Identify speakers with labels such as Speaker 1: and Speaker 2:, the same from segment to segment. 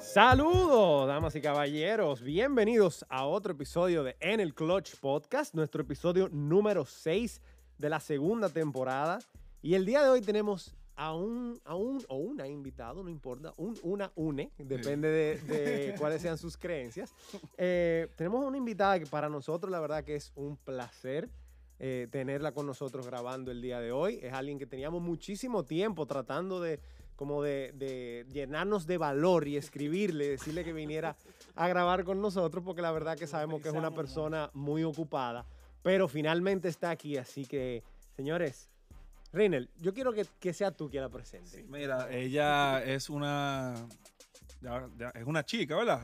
Speaker 1: Saludos, damas y caballeros. Bienvenidos a otro episodio de En el Clutch Podcast, nuestro episodio número 6 de la segunda temporada. Y el día de hoy tenemos a un, a un o una invitado, no importa, un, una une, depende de, de cuáles sean sus creencias. Eh, tenemos una invitada que para nosotros la verdad que es un placer eh, tenerla con nosotros grabando el día de hoy. Es alguien que teníamos muchísimo tiempo tratando de como de, de llenarnos de valor y escribirle, decirle que viniera a grabar con nosotros, porque la verdad que sabemos que es una persona muy ocupada, pero finalmente está aquí, así que, señores, Reinel, yo quiero que, que sea tú quien la presente.
Speaker 2: Mira, ella es una. ya- ya, es una chica, ¿verdad?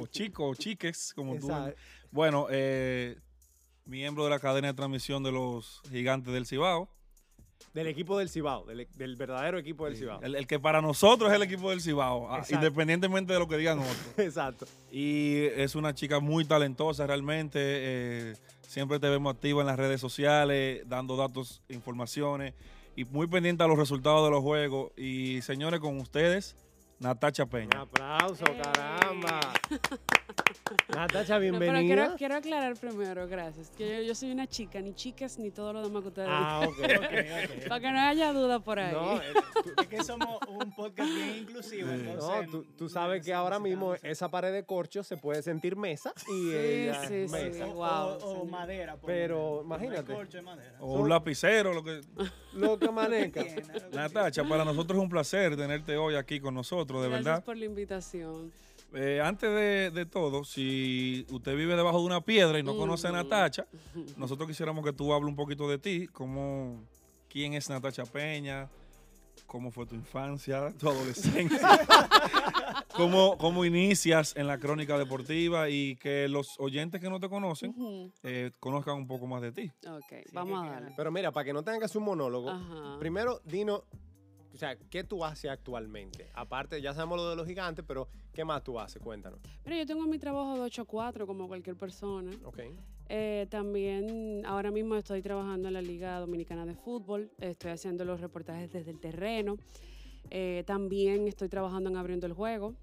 Speaker 2: O chico, o chiques, como tú.
Speaker 1: Esa-
Speaker 2: Bueno, eh, miembro de la cadena de transmisión de los gigantes del Cibao.
Speaker 1: Del equipo del Cibao, del, del verdadero equipo del Cibao.
Speaker 2: El, el que para nosotros es el equipo del Cibao, ah,
Speaker 1: Exacto.
Speaker 2: independientemente de lo que digan otros.
Speaker 1: Exacto.
Speaker 2: Y es una chica muy talentosa realmente. eh, siempre te vemos activa en las redes sociales, dando datos, informaciones y muy pendiente a los resultados de los juegos. Y señores, con ustedes, Natacha
Speaker 1: Un
Speaker 2: Peña.
Speaker 1: aplauso,
Speaker 3: ¡Ey!
Speaker 1: caramba. Natacha,
Speaker 3: Eh. No, pero
Speaker 1: bienvenida.
Speaker 3: quiero, quiero aclarar primero, gracias, que yo, yo soy una chica, ni chicas, ni todo lo demás que ustedes
Speaker 1: Ah, ok,
Speaker 3: dicen.
Speaker 1: ok.
Speaker 3: Para que no haya duda por ahí.
Speaker 1: No, eh, tú-
Speaker 4: Es que somos un podcast bien inclusivo.
Speaker 1: No,
Speaker 4: entonces, mm,
Speaker 1: tú, tú sabes que ahora mismo
Speaker 4: necesitamos-
Speaker 1: esa pared de corcho se puede sentir mesa y ella
Speaker 3: sí,
Speaker 1: es
Speaker 3: sí.
Speaker 1: mesa.
Speaker 4: o,
Speaker 3: Guau,
Speaker 4: o- o
Speaker 3: señor.
Speaker 4: madera. por
Speaker 1: Pero
Speaker 4: ejemplo, no hay
Speaker 1: imagínate.
Speaker 4: corcho de madera.
Speaker 2: O un lapicero, lo que.
Speaker 1: Lo que amanezca.
Speaker 4: Tiene, lo que
Speaker 2: Natacha, para nosotros es un placer tenerte hoy aquí con nosotros, de
Speaker 3: gracias
Speaker 2: verdad.
Speaker 3: por la invitación.
Speaker 2: Eh, antes de, de todo, si usted vive debajo de una piedra y no conoce a
Speaker 3: Mm.
Speaker 2: Natacha, nosotros quisiéramos que tú hables un poquito de ti, cómo, quién es Natacha Peña, cómo fue tu infancia, tu adolescencia, cómo, cómo inicias en la crónica deportiva y que los oyentes que no te conocen
Speaker 3: Ujú.
Speaker 2: eh, conozcan un poco más de ti.
Speaker 3: Ok,
Speaker 4: Sí,
Speaker 3: vamos
Speaker 4: que
Speaker 3: a
Speaker 4: quiera.
Speaker 3: darle.
Speaker 1: Pero mira, para que no tengan que hacer un monólogo,
Speaker 3: Ajá.
Speaker 1: primero, Dino, o sea, ¿qué tú haces actualmente? Aparte, ya sabemos lo de los gigantes, pero ¿qué más tú haces? Cuéntanos.
Speaker 3: Pero yo tengo mi trabajo de 8 a 4 como cualquier persona.
Speaker 1: Ok.
Speaker 3: Eh, también ahora mismo estoy trabajando en la Liga Dominicana de Fútbol, estoy haciendo los reportajes desde el terreno. Eh, también estoy trabajando en Abriendo el Juego.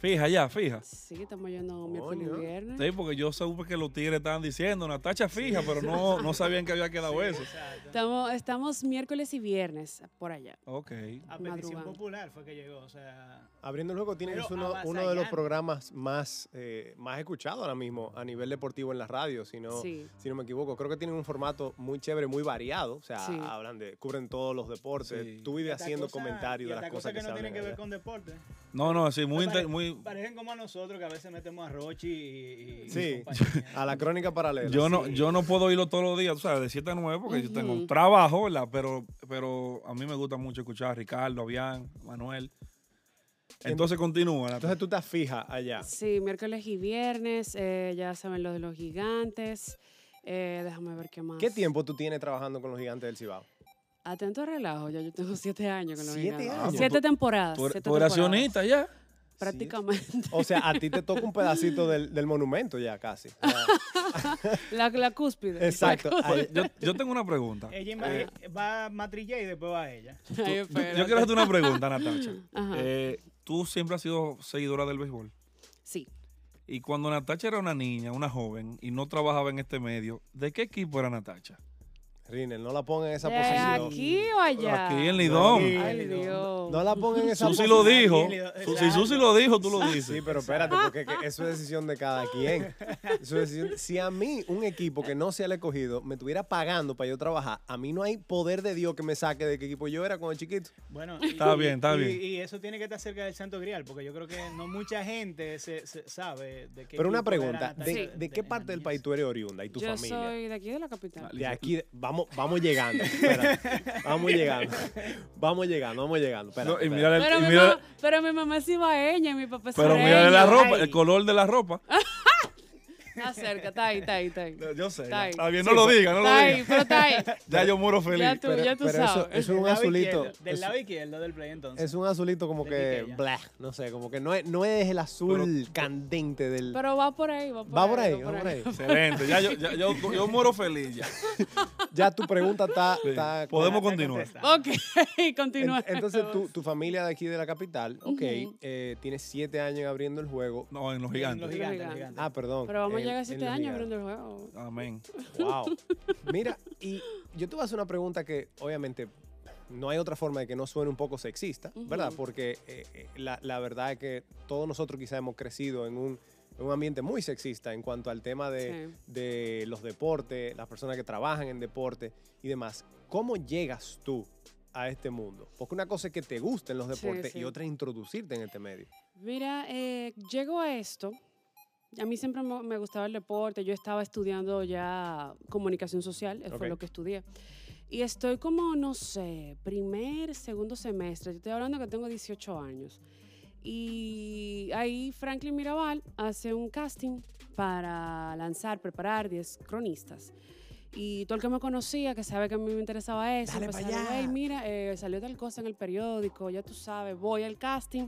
Speaker 2: Fija ya, fija.
Speaker 3: Sí, estamos yendo mi
Speaker 1: Coño.
Speaker 3: viernes.
Speaker 2: Sí, porque yo supe que los tigres estaban diciendo Natacha fija, pero no, no sabían que había quedado eso.
Speaker 4: Exacto.
Speaker 3: Estamos, estamos miércoles y viernes por allá.
Speaker 2: Ok.
Speaker 4: A petición
Speaker 3: Madrugando.
Speaker 4: popular fue que llegó. O sea,
Speaker 1: Abriendo el juego tienes
Speaker 4: Pero
Speaker 1: uno, uno de los
Speaker 4: avasallante.
Speaker 1: programas más, eh, más escuchados ahora mismo a nivel deportivo en la radio, si no,
Speaker 3: Sí.
Speaker 1: si no me equivoco. Creo que tienen un formato muy chévere, muy variado. O sea,
Speaker 3: Sí.
Speaker 1: hablan de, cubren todos los deportes.
Speaker 2: Sí.
Speaker 1: Tú vives
Speaker 4: hasta
Speaker 1: haciendo
Speaker 4: cosa-
Speaker 1: comentarios
Speaker 4: y
Speaker 1: de las
Speaker 4: hasta
Speaker 1: cosas que,
Speaker 4: no tienen que ver
Speaker 1: con...
Speaker 4: con deporte.
Speaker 2: No, no, sí, muy,
Speaker 4: Pare-
Speaker 2: inte- muy,
Speaker 4: Parecen como a nosotros que a veces metemos a Rochi y. y
Speaker 1: Sí. Ah.
Speaker 4: compañía.
Speaker 1: A la crónica paralela.
Speaker 2: Yo no,
Speaker 4: Sí.
Speaker 2: yo no puedo irlo todos los días, tú sabes, de 7 a 9, porque yo tengo un
Speaker 3: Ujú.
Speaker 2: trabajo, ¿verdad? Pero, pero a mí me gusta mucho escuchar a Ricardo, a Bian, a Manuel. Entonces continúa. Nata.
Speaker 1: Entonces tú estás fija allá.
Speaker 3: Sí, miércoles y viernes, eh, ya saben lo de los gigantes. Eh, déjame ver qué más.
Speaker 1: ¿Qué tiempo tú tienes trabajando con los gigantes del Cibao?
Speaker 3: Atento al relajo, ya yo tengo siete años con los
Speaker 1: Siete
Speaker 3: gigantes.
Speaker 1: años. er-
Speaker 3: Siete
Speaker 2: Tú-
Speaker 3: temporadas.
Speaker 2: tú,
Speaker 3: siete
Speaker 2: tú eres
Speaker 3: temporadas.
Speaker 2: accionista ya.
Speaker 3: Prácticamente.
Speaker 1: O sea, a ti te toca un pedacito del, del monumento ya casi. O sea,
Speaker 3: La, la cúspide.
Speaker 1: Exacto.
Speaker 2: Oye, yo, yo tengo una pregunta.
Speaker 4: Ella
Speaker 1: Eh.
Speaker 4: inva- va a Matrilla y después va a ella.
Speaker 3: Ay,
Speaker 2: Tú- yo- yo,
Speaker 3: espérate.
Speaker 2: quiero hacerte una pregunta, Natacha.
Speaker 3: Ajá.
Speaker 2: Eh, tú siempre has sido seguidora del béisbol.
Speaker 3: Sí.
Speaker 2: Y cuando Natacha era una niña, una joven, y no trabajaba en este medio, ¿de qué equipo era Natacha?
Speaker 1: Rinel, no la pongan en esa
Speaker 3: ¿De
Speaker 1: posición.
Speaker 3: aquí o allá?
Speaker 2: Aquí en Lidón.
Speaker 1: Aquí.
Speaker 3: Ay, Dios.
Speaker 1: No la pongan en esa
Speaker 2: Susi
Speaker 1: posición.
Speaker 2: lo dijo.
Speaker 4: Exacto.
Speaker 2: Su- Si Susi lo dijo, tú lo dices.
Speaker 1: Sí, pero espérate, porque que eso es decisión de cada quien. Eso es decisión- Si a mí un equipo que no sea el escogido me estuviera pagando para yo trabajar, a mí no hay poder de Dios que me saque de qué equipo yo era cuando chiquito.
Speaker 4: Bueno, y-
Speaker 2: Está bien, está
Speaker 4: y-
Speaker 2: bien.
Speaker 4: Y eso tiene que estar cerca del Santo Grial, porque yo creo que no mucha gente se, se sabe de qué.
Speaker 1: Pero una
Speaker 4: equipo era
Speaker 1: pregunta,
Speaker 4: Natacha
Speaker 1: ¿de, de qué
Speaker 4: la
Speaker 1: parte del
Speaker 4: niñez.
Speaker 1: país tú eres oriunda y tu
Speaker 3: yo
Speaker 1: familia?
Speaker 3: soy de aquí de la capital.
Speaker 1: De aquí, vamos, vamos llegando. espera. Vamos llegando. Vamos llegando, vamos llegando. espera,
Speaker 2: No, y
Speaker 1: espera.
Speaker 2: mira el-
Speaker 3: Pero
Speaker 2: y
Speaker 3: mi,
Speaker 2: mira-
Speaker 3: mamá, pero mi mamá es ibaeña y mi papá es
Speaker 2: Pero
Speaker 3: sureño.
Speaker 2: mira la ropa,
Speaker 4: Ay.
Speaker 2: el color de la ropa.
Speaker 3: Está cerca, está ahí, está ahí, está ahí.
Speaker 2: No, Yo sé.
Speaker 3: Está
Speaker 2: ya.
Speaker 3: ahí.
Speaker 2: Está Ah, bien, no lo diga, no lo
Speaker 3: Está ahí,
Speaker 2: diga.
Speaker 3: pero está ahí.
Speaker 2: Ya yo muero feliz.
Speaker 3: Ya tú, ya tú sabes.
Speaker 1: Eso, eso es un
Speaker 4: Del lado
Speaker 1: azulito.
Speaker 4: izquierdo- Del
Speaker 1: es-
Speaker 4: lado izquierdo del play, entonces.
Speaker 1: Es un azulito como
Speaker 4: Del
Speaker 1: que
Speaker 4: Ikea.
Speaker 1: blah, no sé, como que no es, no es el azul candente del.
Speaker 3: Pero va por ahí, va por
Speaker 1: va
Speaker 3: ahí.
Speaker 1: por ahí, va por ahí.
Speaker 2: Excelente. Ya yo, ya yo, yo muero feliz ya.
Speaker 1: Ya tu pregunta está.
Speaker 2: Sí.
Speaker 1: está-
Speaker 2: Podemos
Speaker 4: Ya
Speaker 2: continuar.
Speaker 4: contesta.
Speaker 3: Ok,
Speaker 1: En-
Speaker 3: continúa.
Speaker 1: Entonces, tu, tu familia de aquí de la capital, ok,
Speaker 3: Ujú.
Speaker 1: eh, tiene siete años abriendo el juego.
Speaker 2: No, en los
Speaker 4: En
Speaker 2: gigantes.
Speaker 4: Los
Speaker 3: Los
Speaker 4: gigantes,
Speaker 3: gigantes.
Speaker 4: los gigantes.
Speaker 1: Ah, perdón.
Speaker 3: Pero vamos a
Speaker 1: en-
Speaker 3: llegar a
Speaker 1: en
Speaker 3: siete
Speaker 1: los
Speaker 3: años
Speaker 1: gigantes.
Speaker 3: abriendo el juego.
Speaker 2: Amén.
Speaker 1: Wow. Mira, y yo te voy a hacer una pregunta que obviamente no hay otra forma de que no suene un poco sexista, ¿verdad?
Speaker 3: Ujú.
Speaker 1: Porque eh, eh, la, la verdad es que todos nosotros quizá hemos crecido en un, en un ambiente muy sexista en cuanto al tema de,
Speaker 3: Sí.
Speaker 1: de los deportes, las personas que trabajan en deporte y demás. ¿Cómo llegas tú a este mundo? Porque una cosa es que te gusten los
Speaker 3: Sí,
Speaker 1: deportes y
Speaker 3: sí.
Speaker 1: otra es introducirte en este medio.
Speaker 3: Mira, eh, llego a esto. A mí siempre mo- me gustaba el deporte. Yo estaba estudiando ya comunicación social, eh,
Speaker 1: Ok.
Speaker 3: fue lo que estudié. Y estoy como, no sé, primer, segundo semestre. Yo estoy hablando que tengo 18 años. Y ahí Franklin Mirabal hace un casting para lanzar, preparar 10 cronistas. Y todo el que me conocía, que sabe que a mí me interesaba eso,
Speaker 1: Dale pa'
Speaker 3: empezaron,
Speaker 1: allá.
Speaker 3: "Ey, mira, eh, salió tal cosa en el periódico, ya tú sabes, voy al casting,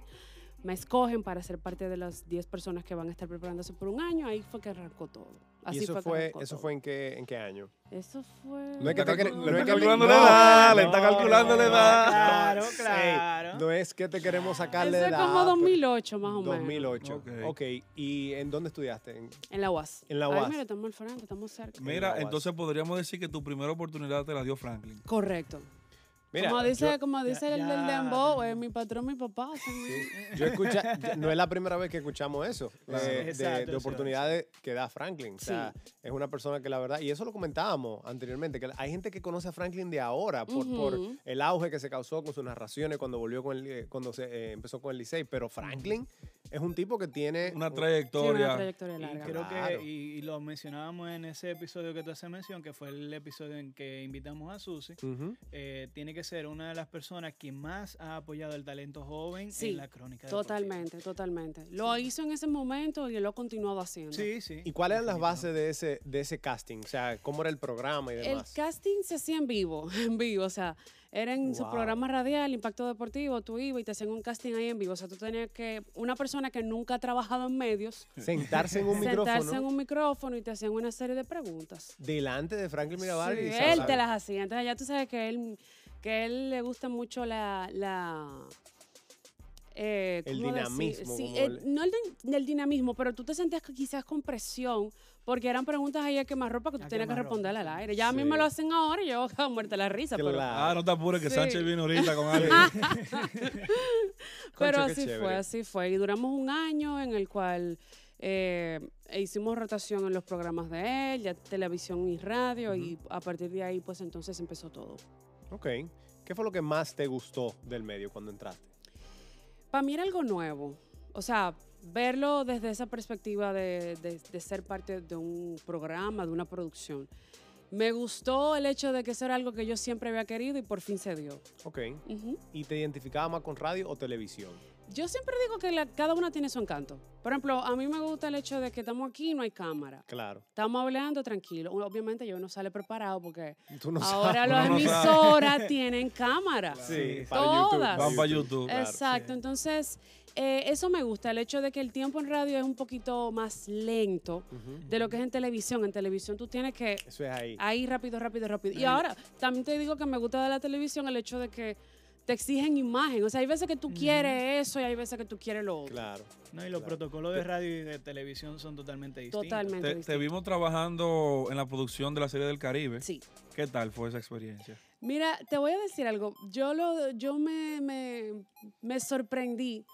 Speaker 3: me escogen para ser parte de las 10 personas que van a estar preparándose por un año, ahí fue que arrancó todo. Así
Speaker 1: ¿Y eso
Speaker 3: que
Speaker 1: fue,
Speaker 3: arrancó
Speaker 1: eso
Speaker 3: todo.
Speaker 1: fue en qué, en qué año?
Speaker 3: Eso fue...
Speaker 1: No es que
Speaker 2: Le
Speaker 1: te
Speaker 2: está
Speaker 1: cre-
Speaker 2: calcu-
Speaker 1: no
Speaker 2: le
Speaker 1: es que
Speaker 2: está
Speaker 1: te-
Speaker 2: calculando la
Speaker 1: no,
Speaker 2: edad, le está
Speaker 1: no,
Speaker 2: calculando la
Speaker 1: no,
Speaker 2: edad.
Speaker 1: no,
Speaker 4: Claro, claro.
Speaker 1: ey, No es que te queremos sacarle
Speaker 3: Eso
Speaker 1: la
Speaker 3: es como 2008 más o menos.
Speaker 1: 2008.
Speaker 2: Ok.
Speaker 1: ok, ¿y en dónde estudiaste? En-
Speaker 3: En la UAS.
Speaker 1: En la
Speaker 3: Ay,
Speaker 1: UAS.
Speaker 3: mira, estamos al frente, estamos cerca.
Speaker 1: la
Speaker 2: Mira,
Speaker 1: UAS.
Speaker 2: entonces podríamos decir que tu primera oportunidad te la dio Franklin.
Speaker 3: Correcto.
Speaker 1: Mira,
Speaker 3: como dice,
Speaker 1: yo-
Speaker 3: como dice el del
Speaker 4: ya.
Speaker 3: dembow, eh, mi patrón, mi papá. ese mismo.
Speaker 1: yo, escucha, yo- no es la primera vez que escuchamos eso, de-
Speaker 2: Claro.
Speaker 1: de,
Speaker 4: Exacto,
Speaker 1: de
Speaker 4: eso,
Speaker 1: oportunidades que da Franklin. O sea, es una persona que la verdad, y eso lo comentábamos anteriormente, que hay gente que conoce a Franklin de ahora por, por
Speaker 3: Ujú.
Speaker 1: el auge que se causó con sus narraciones cuando volvió con el- eh, cuando se, eh, empezó con el Licey, pero Franklin es un tipo que tiene
Speaker 2: Una
Speaker 1: un-
Speaker 3: Sí, una
Speaker 2: trayectoria.
Speaker 3: trayectoria
Speaker 4: Y
Speaker 3: larga.
Speaker 4: creo
Speaker 1: Claro.
Speaker 4: que, y, y lo mencionábamos en ese episodio que tú haces mención, que fue el episodio en que invitamos a Susi,
Speaker 1: Ujú.
Speaker 4: eh, tiene que ser una de las personas que más ha apoyado el talento joven
Speaker 3: Sí,
Speaker 4: en la crónica. deportiva.
Speaker 3: Totalmente, totalmente. Lo hizo en ese momento y lo ha continuado haciendo.
Speaker 4: Sí, sí.
Speaker 1: ¿Y cuáles eran las
Speaker 4: definitivamente.
Speaker 1: bases de ese, de ese casting? O sea, ¿cómo era el programa y
Speaker 3: El
Speaker 1: demás?
Speaker 3: casting se hacía en vivo, en vivo, o sea, era en su
Speaker 1: Wow.
Speaker 3: programa radial, Impacto Deportivo, tú ibas y te hacían un casting ahí en vivo, o sea, tú tenías que, una persona que nunca ha trabajado en medios,
Speaker 1: Sentarse en un
Speaker 3: sentarse
Speaker 1: micrófono
Speaker 3: en un micrófono y te hacían una serie de preguntas.
Speaker 1: delante de Franklin Mirabal.
Speaker 3: Sí,
Speaker 1: y se
Speaker 3: él
Speaker 1: habla-
Speaker 3: te las hacía. Entonces ya tú sabes que él, que él le gusta mucho la... la eh,
Speaker 1: El
Speaker 3: ¿cómo decir?
Speaker 1: dinamismo,
Speaker 3: Sí,
Speaker 1: como
Speaker 3: eh,
Speaker 1: el-
Speaker 3: no el, din- el dinamismo, pero tú te sentías que quizás con presión, porque eran preguntas ahí a quemarropa que tú
Speaker 4: A
Speaker 3: tenías que
Speaker 4: quemarropa,
Speaker 3: responder al
Speaker 4: sí.
Speaker 3: aire. Ya a mí
Speaker 1: Sí.
Speaker 3: me lo hacen ahora y yo muerte la risa. Pero,
Speaker 1: Claro.
Speaker 2: Ah, no te apures que
Speaker 3: Sí. Ah.
Speaker 2: Sánchez viene ahorita con alguien.
Speaker 3: pero
Speaker 1: Concho, qué
Speaker 3: así fue,
Speaker 1: chévere.
Speaker 3: así fue. Y duramos un año en el cual eh, hicimos rotación en los programas de él, ya televisión y radio, y a partir de ahí pues entonces empezó todo.
Speaker 1: Ok. ¿Qué fue lo que más te gustó del medio cuando entraste?
Speaker 3: Para mí era algo nuevo. O sea, verlo desde esa perspectiva de, de- de ser parte de un programa, de una producción. Me gustó el hecho de que eso era algo que yo siempre había querido y por fin se dio.
Speaker 1: Ok.
Speaker 3: Ujú.
Speaker 1: ¿Y te identificaba más con radio o televisión?
Speaker 3: Yo siempre digo que la- cada una tiene su encanto. Por ejemplo, a mí me gusta el hecho de que estamos aquí y no hay cámara.
Speaker 1: Claro.
Speaker 3: Estamos hablando tranquilo. Obviamente yo no sale preparado porque
Speaker 1: Tú no
Speaker 3: ahora
Speaker 1: sabes.
Speaker 3: las
Speaker 2: uno no sabe.
Speaker 3: emisoras tienen cámara.
Speaker 1: Sí,
Speaker 4: Sí,
Speaker 1: para YouTube,
Speaker 3: todas.
Speaker 2: Van para YouTube.
Speaker 1: Claro,
Speaker 3: Exacto,
Speaker 4: sí.
Speaker 3: entonces eh, eso me gusta, el hecho de que el tiempo en radio es un poquito más lento
Speaker 1: Ujú.
Speaker 3: de lo que es en televisión. En televisión tú tienes que
Speaker 1: Eso es ahí.
Speaker 3: ahí rápido, rápido, rápido. Y ahora también te digo que me gusta de la televisión el hecho de que te exigen imagen. O sea, hay veces que tú quieres eso y hay veces que tú quieres lo otro.
Speaker 1: Claro.
Speaker 4: No, y los
Speaker 1: Claro.
Speaker 4: protocolos de radio y de televisión son totalmente distintos.
Speaker 3: Totalmente.
Speaker 2: Te, te
Speaker 3: distinto.
Speaker 2: vimos trabajando en la producción de la serie del Caribe.
Speaker 3: Sí.
Speaker 2: ¿Qué tal fue esa experiencia?
Speaker 3: Mira, te voy a decir algo. Yo, lo, yo me, me- me sorprendí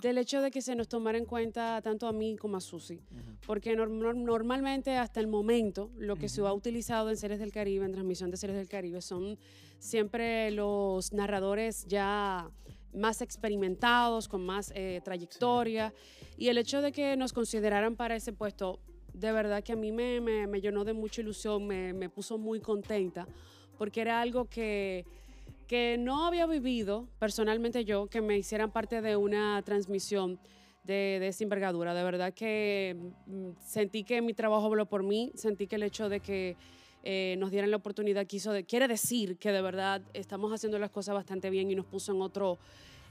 Speaker 3: del hecho de que se nos tomara en cuenta tanto a mí como a Susi. Porque nor- nor- normalmente hasta el momento lo que se ha utilizado en Series del Caribe, en transmisión de Series del Caribe, son siempre los narradores ya más experimentados, con más eh, trayectoria. Y el hecho de que nos consideraran para ese puesto, de verdad que a mí me, me- me llenó de mucha ilusión, me, me puso muy contenta, porque era algo que, que no había vivido personalmente yo, que me hicieran parte de una transmisión de, de esa envergadura. De verdad que mm, sentí que mi trabajo habló por mí, sentí que el hecho de que eh, nos dieran la oportunidad quiso de- quiere decir que de verdad estamos haciendo las cosas bastante bien y nos puso en otro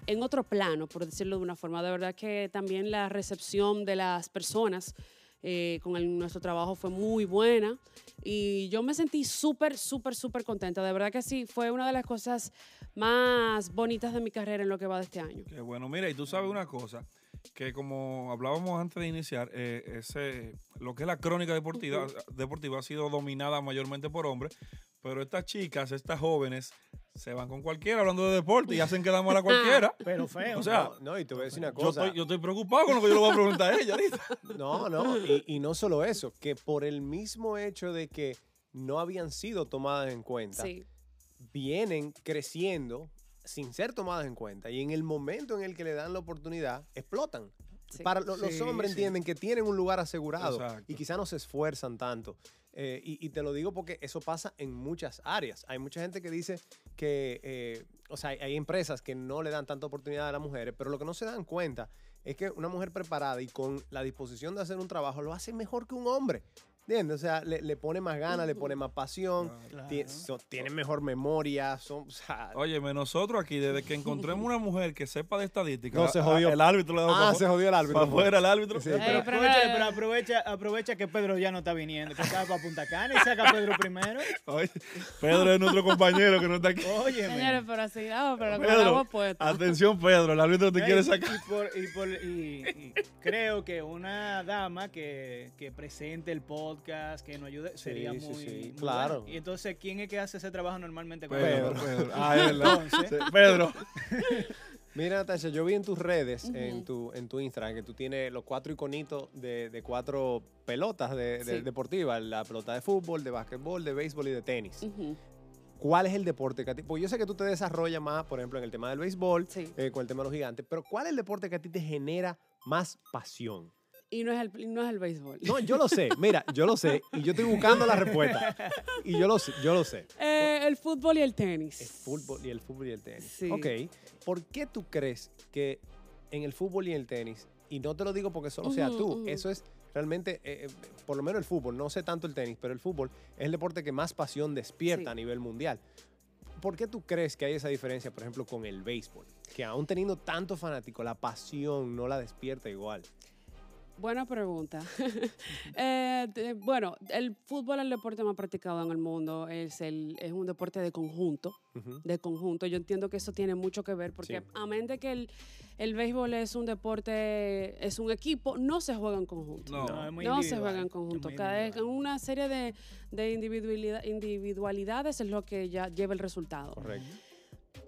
Speaker 3: en otro plano, por decirlo de una forma. De verdad que también la recepción de las personas eh, con el- nuestro trabajo fue muy buena y yo me sentí súper, súper, súper contenta. De verdad que sí, fue una de las cosas más bonitas de mi carrera en lo que va de este año.
Speaker 2: Qué bueno, mira, y tú sabes una cosa, que como hablábamos antes de iniciar, eh, ese, lo que es la crónica deportiva, deportiva ha sido dominada mayormente por hombres, pero estas chicas, estas jóvenes, se van con cualquiera hablando de deporte y hacen quedar mal a cualquiera.
Speaker 4: Pero feo.
Speaker 2: O sea,
Speaker 1: no, no, y te voy a decir una
Speaker 2: Yo
Speaker 1: cosa.
Speaker 2: estoy, yo estoy preocupado con lo que yo le voy a preguntar a ella ahorita.
Speaker 1: No, no, y, y no solo eso, que por el mismo hecho de que no habían sido tomadas en cuenta,
Speaker 3: Sí,
Speaker 1: vienen creciendo sin ser tomadas en cuenta y en el momento en el que le dan la oportunidad, explotan.
Speaker 3: sí.
Speaker 1: Para lo- los
Speaker 4: Sí,
Speaker 1: hombres
Speaker 4: sí.
Speaker 1: entienden que tienen un lugar asegurado
Speaker 2: Exacto.
Speaker 1: y quizás no se esfuerzan tanto. Eh, y, y te lo digo porque eso pasa en muchas áreas. Hay mucha gente que dice que, eh, o sea, hay, hay empresas que no le dan tanta oportunidad a las mujeres, pero lo que no se dan cuenta es que una mujer preparada y con la disposición de hacer un trabajo lo hace mejor que un hombre. ¿Entiendes? O sea, le, le pone más ganas, le pone más pasión,
Speaker 2: Ah.
Speaker 4: Claro.
Speaker 1: tie- son- tienen mejor memoria, son, o sea,
Speaker 2: Óyeme, nosotros aquí, desde que encontremos una mujer que sepa de estadística,
Speaker 1: No, se jodió.
Speaker 2: el árbitro le da
Speaker 1: Ah, se jodió el árbitro.
Speaker 2: Para afuera el árbitro.
Speaker 1: Sí,
Speaker 3: Ey,
Speaker 1: pero-
Speaker 3: pero
Speaker 4: Aprovecha,
Speaker 3: no-
Speaker 4: pero aprovecha, aprovecha que Pedro ya no está viniendo, que estaba para Punta Cana y saca a Pedro primero.
Speaker 2: Oye, Pedro es nuestro compañero que no está aquí.
Speaker 4: Óyeme.
Speaker 3: Señores, pero así, ah, pero con el
Speaker 2: Pedro,
Speaker 3: agua puesta.
Speaker 2: atención Pedro, el árbitro te
Speaker 4: Ey,
Speaker 2: quiere
Speaker 4: y-
Speaker 2: sacar.
Speaker 4: Y, por- y por- y- y creo que una dama que, que presente el podcast, que nos ayude, sería
Speaker 1: sí, sí,
Speaker 4: muy, muy
Speaker 1: claro.
Speaker 4: bueno. Y entonces, ¿quién es que hace ese trabajo normalmente? con
Speaker 2: Pedro,
Speaker 1: Pedro.
Speaker 2: Pedro. Ah, es verdad. Sí, Pedro.
Speaker 1: Mira, Natasha, yo vi en tus redes, en,
Speaker 3: Ujú.
Speaker 1: tu, en tu Instagram, que tú tienes los cuatro iconitos de, de cuatro pelotas de, de-
Speaker 3: Sí.
Speaker 1: deportivas: la pelota de fútbol, de básquetbol, de béisbol y de tenis.
Speaker 3: Ujú,
Speaker 1: ¿Cuál es el deporte que a ti.? Pues yo sé que tú te desarrollas más, por ejemplo, en el tema del béisbol,
Speaker 3: sí.
Speaker 1: eh, con el tema de los gigantes, pero ¿cuál es el deporte que a ti te genera más pasión?
Speaker 3: Y no es el, y no es el béisbol.
Speaker 1: No, yo lo sé, mira, yo lo sé, y yo estoy buscando la respuesta. Y yo lo sé, yo lo sé.
Speaker 3: Eh, el fútbol y el tenis.
Speaker 1: El fútbol y el fútbol y el tenis.
Speaker 3: Sí.
Speaker 1: Ok. ¿Por qué tú crees que en el fútbol y el tenis, y no te lo digo porque solo sea
Speaker 3: Ujú,
Speaker 1: tú,
Speaker 3: ujú.
Speaker 1: eso es realmente, eh, eh, por lo menos el fútbol, no sé tanto el tenis, pero el fútbol es el deporte que más pasión despierta
Speaker 3: Sí.
Speaker 1: a nivel mundial. ¿Por qué tú crees que hay esa diferencia, por ejemplo, con el béisbol? Que aún teniendo tanto fanático, la pasión no la despierta igual.
Speaker 3: Buena pregunta. Eh, de- bueno, el fútbol es el deporte más practicado en el mundo. Es, el, es un deporte de conjunto,
Speaker 1: Ujú.
Speaker 3: de conjunto. Yo entiendo que eso tiene mucho que ver porque
Speaker 1: Sí.
Speaker 3: amén de que el, el béisbol es un deporte, es un equipo, no se juega en conjunto.
Speaker 2: No.
Speaker 4: No, es muy
Speaker 3: No se
Speaker 4: individual,
Speaker 3: juega en
Speaker 4: es
Speaker 3: conjunto.
Speaker 4: muy
Speaker 3: Cada
Speaker 4: individual.
Speaker 3: una serie de, de individualidad- individualidades es lo que ya lleva el resultado
Speaker 1: Correcto.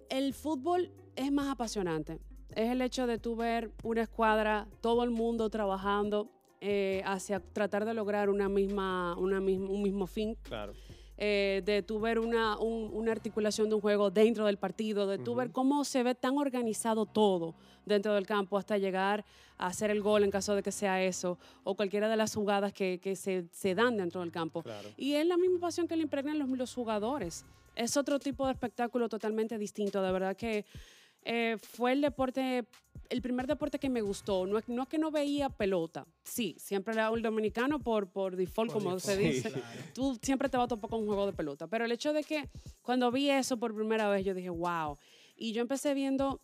Speaker 3: el fútbol es más apasionante. Es el hecho de tú ver una escuadra, todo el mundo trabajando eh, hacia tratar de lograr una misma, una misma, un mismo fin.
Speaker 1: Claro.
Speaker 3: eh, de tú ver una, un- una articulación de un juego dentro del partido, de tú
Speaker 1: Ujú.
Speaker 3: ver cómo se ve tan organizado todo dentro del campo hasta llegar a hacer el gol en caso de que sea eso, o cualquiera de las jugadas que, que se, se dan dentro del campo.
Speaker 1: Claro.
Speaker 3: Y es la misma pasión que le impregnan los, los jugadores. Es otro tipo de espectáculo totalmente distinto. De verdad que eh, fue el deporte, el primer deporte que me gustó. No es, no es que no veía pelota. Sí, siempre le hago el dominicano por, por default,
Speaker 4: Por
Speaker 3: como se
Speaker 4: default,
Speaker 3: dice.
Speaker 4: claro.
Speaker 3: Tú siempre te vas a topar con un juego de pelota. Pero el hecho de que cuando vi eso por primera vez, yo dije, wow. Y yo empecé viendo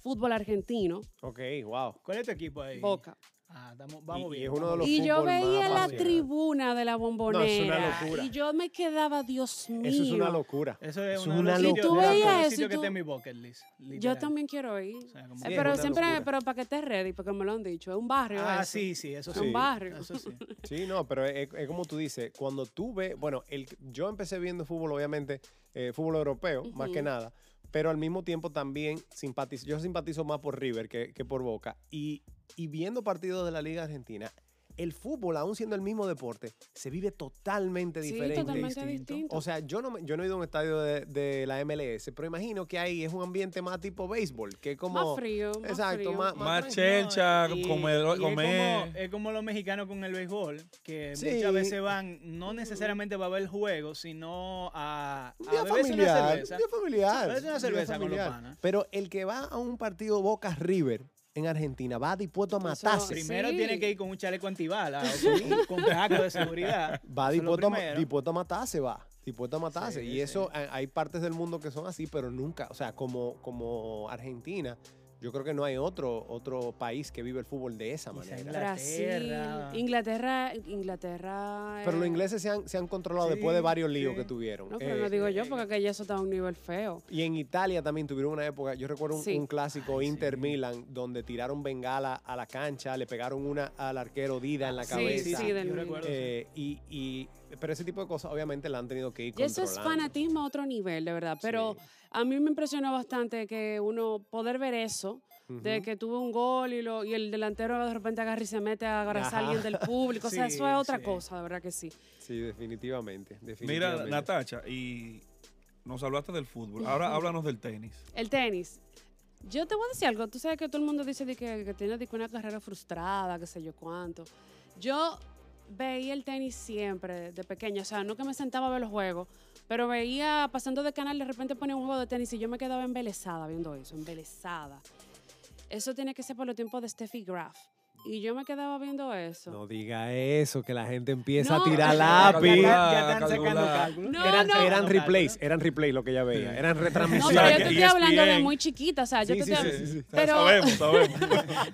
Speaker 3: fútbol argentino,
Speaker 1: Ok, wow.
Speaker 4: ¿Cuál es tu equipo ahí?
Speaker 3: Boca.
Speaker 4: Ah, estamos, vamos
Speaker 1: Y- y
Speaker 4: bien.
Speaker 1: es uno de
Speaker 4: vamos
Speaker 1: los-
Speaker 4: bien.
Speaker 3: Y yo
Speaker 1: fútbol más
Speaker 3: veía la
Speaker 1: apasionante.
Speaker 3: tribuna de la bombonera.
Speaker 1: locura.
Speaker 3: y yo me quedaba, Dios mío.
Speaker 1: Eso es una locura.
Speaker 4: Eso es
Speaker 1: Es
Speaker 4: uno de
Speaker 1: una
Speaker 4: los sitios-
Speaker 3: locura.
Speaker 4: de los
Speaker 3: Y tú veías
Speaker 4: pocos
Speaker 3: eso y
Speaker 4: sitios que
Speaker 3: tú-
Speaker 4: está en mi bucket list.
Speaker 3: Yo
Speaker 4: literal.
Speaker 3: también quiero ir.
Speaker 4: O sea, como-
Speaker 3: Eh,
Speaker 1: Sí, es
Speaker 3: pero
Speaker 1: una
Speaker 3: siempre,
Speaker 1: locura.
Speaker 3: pero para que estés ready, porque me lo han dicho, es un barrio.
Speaker 4: Ah,
Speaker 3: eso.
Speaker 4: sí, sí, eso
Speaker 3: Es
Speaker 4: sí.
Speaker 3: un barrio.
Speaker 4: Eso sí.
Speaker 1: Sí, no, pero es, es como tú dices, cuando tú ves, bueno, el, yo empecé viendo fútbol, obviamente, eh, fútbol europeo, más que
Speaker 3: Ujú.
Speaker 1: nada, pero al mismo tiempo también simpatizo, yo simpatizo más por River que, que por Boca, y, y viendo partidos de la Liga Argentina, el fútbol, aún siendo el mismo deporte, se vive totalmente
Speaker 3: Sí,
Speaker 1: diferente.
Speaker 3: totalmente
Speaker 4: distinto.
Speaker 3: distinto.
Speaker 1: O sea, yo no, me- yo no he ido a un estadio de, de la MLS, pero imagino que ahí es un ambiente más tipo béisbol, que es como...
Speaker 3: más frío. Más
Speaker 1: exacto,
Speaker 3: frío.
Speaker 1: más-
Speaker 2: Más
Speaker 1: no,
Speaker 2: chelcha,
Speaker 4: eh, y-
Speaker 2: comer,
Speaker 4: y es
Speaker 2: comer.
Speaker 4: como- Es como los mexicanos con el béisbol, que
Speaker 1: Sí.
Speaker 4: muchas veces van, no necesariamente va a ver el juego, sino a,
Speaker 1: Un
Speaker 4: a
Speaker 1: día
Speaker 4: beberse Ah, una
Speaker 1: familiar, un
Speaker 4: cerveza.
Speaker 1: día familiar.
Speaker 4: Beberse una
Speaker 1: un día
Speaker 4: cerveza con los
Speaker 1: familiar.
Speaker 4: panas.
Speaker 1: Pero el que va a un partido Boca River en Argentina va dispuesto a
Speaker 3: Eso-
Speaker 1: matarse.
Speaker 4: Primero
Speaker 3: Sí.
Speaker 4: tiene que ir con un chaleco antibalas o con, con casco de seguridad.
Speaker 1: Va
Speaker 4: Eso es lo
Speaker 1: dispuesto a,
Speaker 4: primero.
Speaker 1: dispuesto a matarse, va. Dispuesto a matarse.
Speaker 4: Sí,
Speaker 1: y
Speaker 4: sí.
Speaker 1: eso, a- hay partes del mundo que son así, pero nunca, o sea, como, como Argentina, yo creo que no hay otro, otro país que vive el fútbol de esa
Speaker 4: Quizá
Speaker 1: manera.
Speaker 3: Brasil,
Speaker 4: Inglaterra.
Speaker 3: Inglaterra, Inglaterra.
Speaker 1: Pero los
Speaker 3: eh,
Speaker 1: ingleses se han, se han controlado
Speaker 4: Sí,
Speaker 1: después de varios líos
Speaker 4: sí.
Speaker 1: que tuvieron.
Speaker 3: No, pero
Speaker 1: Eh,
Speaker 3: no digo yo,
Speaker 4: sí.
Speaker 3: porque aquella eso está a un nivel feo.
Speaker 1: Y en Italia también tuvieron una época, yo recuerdo un,
Speaker 3: Sí.
Speaker 1: un clásico
Speaker 4: Ay, sí.
Speaker 1: Inter Milan, donde tiraron bengala a la cancha, le pegaron una al arquero Dida en la
Speaker 3: Sí,
Speaker 1: cabeza.
Speaker 3: sí, sí, del
Speaker 4: yo
Speaker 3: mundo.
Speaker 4: recuerdo.
Speaker 1: Eh, y, y- pero ese tipo de cosas obviamente la han tenido que ir
Speaker 3: Y eso
Speaker 1: controlando.
Speaker 3: es fanatismo a otro nivel, de verdad. Pero
Speaker 1: Sí.
Speaker 3: a mí me impresionó bastante que uno poder ver eso, de
Speaker 1: Ujú.
Speaker 3: que tuvo un gol y, lo, y el delantero de repente agarra y se mete a abrazar a
Speaker 1: Ajá.
Speaker 3: alguien del público. o sea,
Speaker 4: Sí,
Speaker 3: eso es otra
Speaker 4: sí.
Speaker 3: cosa, de verdad que sí.
Speaker 1: Sí, definitivamente.
Speaker 2: Mira,
Speaker 1: definitivamente.
Speaker 2: Natacha, y nos hablaste del fútbol. Ahora háblanos del tenis.
Speaker 3: El tenis. Yo te voy a decir algo. Tú sabes que todo el mundo dice de que, que tiene de que una carrera frustrada, qué sé yo cuánto. Yo veía el tenis siempre de pequeña. O sea, no que me sentaba a ver los juegos, pero veía pasando de canal, de repente ponía un juego de tenis y yo me quedaba embelesada viendo eso, embelesada. Eso tiene que ser por los tiempos de Steffi Graf. Y yo me quedaba viendo eso.
Speaker 1: No diga eso, que la gente empieza a
Speaker 3: No.
Speaker 1: tirar
Speaker 2: Claro,
Speaker 1: lápiz.
Speaker 2: claro.
Speaker 4: Ya, ya están sacando
Speaker 2: Calcular.
Speaker 4: cálculos.
Speaker 3: No,
Speaker 1: eran,
Speaker 3: no.
Speaker 1: eran
Speaker 4: Sacando
Speaker 1: replays,
Speaker 4: cálculos.
Speaker 1: eran replays lo que ella veía, eran
Speaker 3: No,
Speaker 2: O sea,
Speaker 3: pero yo
Speaker 1: retransmisiones.
Speaker 2: que
Speaker 3: te estoy hablando
Speaker 1: E
Speaker 3: de
Speaker 2: ESPN.
Speaker 3: muy chiquita, o sea, yo
Speaker 1: Sí,
Speaker 3: te
Speaker 1: sí,
Speaker 3: estoy-
Speaker 1: sí, sí, sí.
Speaker 3: Pero-
Speaker 2: Sabemos, sabemos.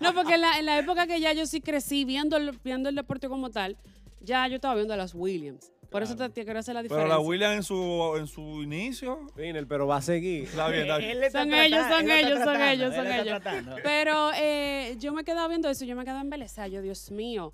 Speaker 3: No, porque en la, en la época que ya yo sí crecí viendo el, viendo el deporte como tal, ya yo estaba viendo a las Williams. Por eso te, te quiero hacer la
Speaker 2: Pero
Speaker 3: diferencia.
Speaker 2: la William en su, en su inicio.
Speaker 1: Winner, pero va a seguir.
Speaker 2: Está bien, está
Speaker 4: Él-
Speaker 2: bien.
Speaker 4: él está
Speaker 3: Son ellos,
Speaker 4: tratando,
Speaker 3: son
Speaker 4: él está
Speaker 3: ellos, son
Speaker 4: tratando,
Speaker 3: ellos,
Speaker 4: él
Speaker 3: son
Speaker 4: está
Speaker 3: ellos.
Speaker 4: tratando.
Speaker 3: Pero eh, yo me quedaba viendo eso, yo me quedaba embelesada. Yo, Dios mío,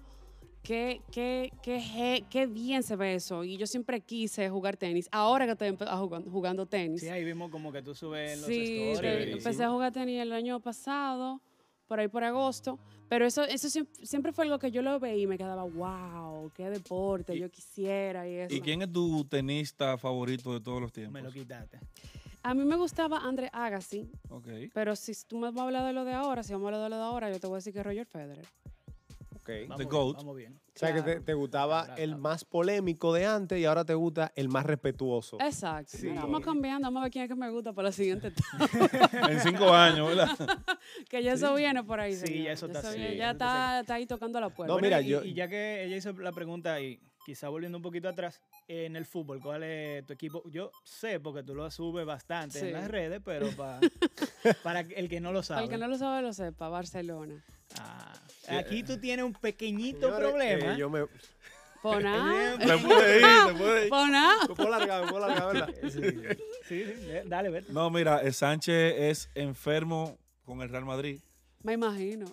Speaker 3: qué, qué, qué, je- qué bien se ve eso. Y yo siempre quise jugar tenis. Ahora que estoy empe- a jugando, jugando tenis.
Speaker 4: Sí, ahí vimos como que tú subes los
Speaker 3: Sí,
Speaker 4: stories.
Speaker 3: te-
Speaker 1: Chéverísimo.
Speaker 3: empecé a jugar tenis el año pasado, por ahí por agosto. Pero eso, eso siem- siempre fue algo que yo lo veía y me quedaba, wow, qué deporte,
Speaker 2: Y-
Speaker 3: yo quisiera y eso.
Speaker 2: ¿Y quién es tu tenista favorito de todos los tiempos?
Speaker 4: Me lo quitaste.
Speaker 3: A mí me gustaba Andre Agassi,
Speaker 2: Ok.
Speaker 3: pero si tú me vas a hablar de lo de ahora, si vamos a hablar de lo de ahora, yo te voy a decir que Roger Federer.
Speaker 1: Okay.
Speaker 4: Vamos
Speaker 2: The
Speaker 4: bien,
Speaker 2: GOAT.
Speaker 4: Vamos bien.
Speaker 1: O sea, que te,
Speaker 3: Claro.
Speaker 1: te gustaba
Speaker 4: Ahora,
Speaker 1: el
Speaker 4: ahora.
Speaker 1: más polémico de antes y ahora te gusta el más respetuoso.
Speaker 3: Exacto.
Speaker 1: Sí.
Speaker 3: Mira, vamos cambiando, vamos a ver quién es que me gusta para la siguiente. etapa,
Speaker 2: En cinco años, ¿verdad?
Speaker 3: que ya eso viene por ahí.
Speaker 4: Sí,
Speaker 3: señores,
Speaker 4: ya eso está así,
Speaker 3: viene,
Speaker 4: ya
Speaker 3: Ya
Speaker 4: eso está
Speaker 3: está, está ahí tocando la puerta.
Speaker 1: No,
Speaker 4: Bueno,
Speaker 1: mira,
Speaker 4: y,
Speaker 1: yo-
Speaker 4: y ya que ella hizo la pregunta y quizá volviendo un poquito atrás, en el fútbol, ¿cuál es tu equipo? Yo sé porque tú lo subes bastante
Speaker 3: Sí.
Speaker 4: en las redes, pero pa- para el que no lo
Speaker 3: Para
Speaker 4: sabe.
Speaker 3: el que no lo sabe, lo sepa, Barcelona.
Speaker 4: Ah, aquí tú tienes un pequeñito
Speaker 1: Señores,
Speaker 4: problema.
Speaker 1: eh, yo me
Speaker 3: Poná,
Speaker 2: Te puede ir, te puede ir.
Speaker 3: poná.
Speaker 1: me puedo largar, me puedo largar, ¿verdad?
Speaker 4: Sí, sí, sí, eh, dale, ver.
Speaker 2: No, mira, eh, Sánchez es enfermo con el Real Madrid.
Speaker 3: Me imagino.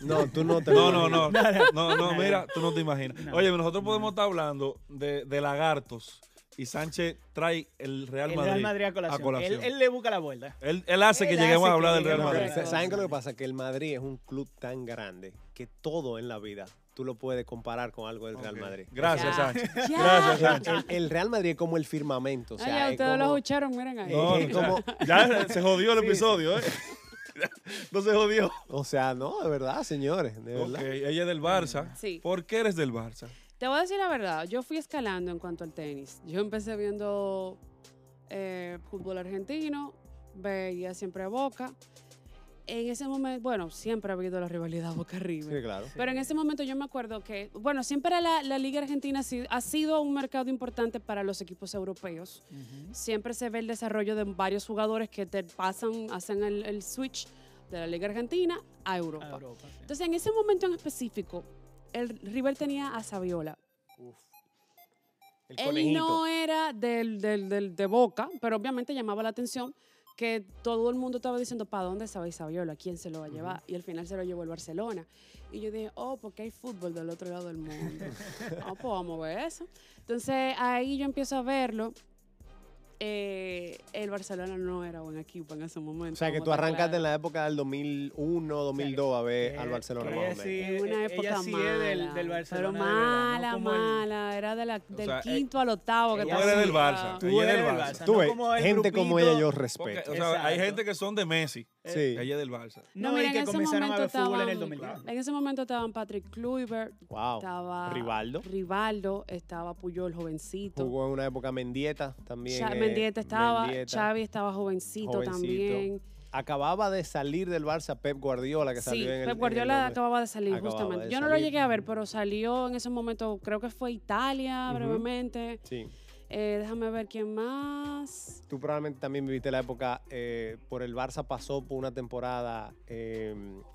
Speaker 1: No, tú no te
Speaker 2: No, no, no. No, no, mira, tú no te imaginas.
Speaker 4: No.
Speaker 2: Oye, nosotros podemos estar hablando de, de lagartos y Sánchez trae el Real
Speaker 4: El
Speaker 2: Madrid.
Speaker 4: Real Madrid a colación.
Speaker 2: a colación.
Speaker 4: Él, él le busca la vuelta.
Speaker 2: Él, él hace que
Speaker 4: Él
Speaker 2: lleguemos
Speaker 4: hace
Speaker 2: a hablar
Speaker 4: que
Speaker 2: del Real
Speaker 4: lleguemos a
Speaker 2: Madrid.
Speaker 1: Pero,
Speaker 4: Madrid.
Speaker 1: ¿Saben qué es lo que pasa? Que el Madrid es un club tan grande que todo en la vida tú lo puedes comparar con algo del Real
Speaker 2: Ok.
Speaker 1: Madrid.
Speaker 2: Gracias,
Speaker 3: Ya.
Speaker 2: Sánchez.
Speaker 3: Ya.
Speaker 2: Gracias, Sánchez.
Speaker 1: El, el Real Madrid es como el firmamento. O
Speaker 3: Ah, ya
Speaker 1: sea, es
Speaker 3: ustedes lo
Speaker 1: como-
Speaker 3: escucharon, miren ahí.
Speaker 2: No,
Speaker 1: Es
Speaker 2: no, o sea,
Speaker 1: como-
Speaker 2: ya se jodió el episodio, ¿eh? No se jodió.
Speaker 1: o sea, no, de verdad, señores, de
Speaker 2: Ok,
Speaker 1: verdad.
Speaker 2: ella es del Barça.
Speaker 3: Sí.
Speaker 2: ¿Por qué eres del Barça?
Speaker 3: Te voy a decir la verdad, yo fui escalando en cuanto al tenis. Yo empecé viendo eh, fútbol argentino, veía siempre a Boca. En ese momento, bueno, siempre ha habido la rivalidad Boca River.
Speaker 1: Sí, claro.
Speaker 3: Pero en ese momento yo me acuerdo que, bueno, siempre la, la Liga Argentina ha sido, ha sido un mercado importante para los equipos europeos. Siempre se ve el desarrollo de varios jugadores que te pasan, hacen el, el switch de la Liga Argentina a Europa.
Speaker 4: A Europa, sí.
Speaker 3: Entonces, en ese momento en específico, el River tenía a Saviola.
Speaker 1: El
Speaker 3: Él
Speaker 1: conejito.
Speaker 3: no era del, del- del- de boca, pero obviamente llamaba la atención que todo el mundo estaba diciendo, ¿para dónde se va Isabiola? ¿Quién se lo va a llevar? Y al final se lo llevó el Barcelona. Y yo dije, oh, porque hay fútbol del otro lado del mundo. Ah, pues vamos a ver eso. Entonces ahí yo empiezo a verlo. Eh, el Barcelona no era buen equipo en ese momento.
Speaker 1: O sea, que
Speaker 3: vamos
Speaker 1: tú
Speaker 3: a estar
Speaker 1: arrancaste en
Speaker 3: claros.
Speaker 1: la época del 2001, 2002 a ver
Speaker 4: Eh,
Speaker 1: al Barcelona.
Speaker 4: que
Speaker 1: más o
Speaker 4: ella
Speaker 1: menos.
Speaker 4: sí,
Speaker 3: En una
Speaker 4: eh,
Speaker 3: época
Speaker 4: ella sí
Speaker 3: mala,
Speaker 4: es del, del Barcelona.
Speaker 3: pero
Speaker 4: de verdad,
Speaker 3: mala,
Speaker 4: no como el-
Speaker 3: mala. Era de la- del
Speaker 2: sea, eh,
Speaker 3: quinto al octavo que
Speaker 4: ella
Speaker 2: Tú
Speaker 3: estaba
Speaker 2: eres del
Speaker 3: arriba.
Speaker 2: Barça.
Speaker 4: Tú
Speaker 2: Ella es
Speaker 4: eres
Speaker 2: del
Speaker 4: del
Speaker 2: Barça.
Speaker 4: Barça,
Speaker 1: Tú
Speaker 4: no
Speaker 1: ves,
Speaker 4: como el
Speaker 1: gente como ella yo
Speaker 4: grupito-
Speaker 2: Porque,
Speaker 1: respeto.
Speaker 2: o sea, hay
Speaker 4: Exacto.
Speaker 2: gente que son de Messi.
Speaker 1: Sí.
Speaker 2: Ella es del Barça.
Speaker 4: No,
Speaker 3: mira,
Speaker 4: y que
Speaker 3: en ese
Speaker 4: comenzaron a ver
Speaker 3: momento
Speaker 4: fútbol en el
Speaker 3: estaban-
Speaker 4: 2010.
Speaker 3: En ese momento estaban Patrick Kluivert,
Speaker 1: Wow.
Speaker 3: estaba
Speaker 1: Oh, Rivaldo.
Speaker 3: Rivaldo, estaba Puyol jovencito.
Speaker 1: Jugó en una época Mendieta también.
Speaker 3: Cha-
Speaker 1: eh,
Speaker 3: Mendieta estaba,
Speaker 1: Mendieta.
Speaker 3: Xavi estaba jovencito,
Speaker 1: Jovencito.
Speaker 3: también.
Speaker 1: acababa de salir del Barça Pep Guardiola, que salió
Speaker 3: Sí,
Speaker 1: en el- en
Speaker 3: Pep
Speaker 1: el
Speaker 3: Guardiola
Speaker 1: nombre.
Speaker 3: acababa de salir,
Speaker 1: Acababa
Speaker 3: justamente.
Speaker 1: de
Speaker 3: Yo no lo
Speaker 1: salir.
Speaker 3: llegué a ver, pero salió en ese momento, creo que fue Italia
Speaker 1: Ujú.
Speaker 3: brevemente.
Speaker 1: Sí.
Speaker 3: Eh, déjame ver quién más.
Speaker 1: Tú probablemente también viviste la época, eh, por el Barça pasó por una temporada eh,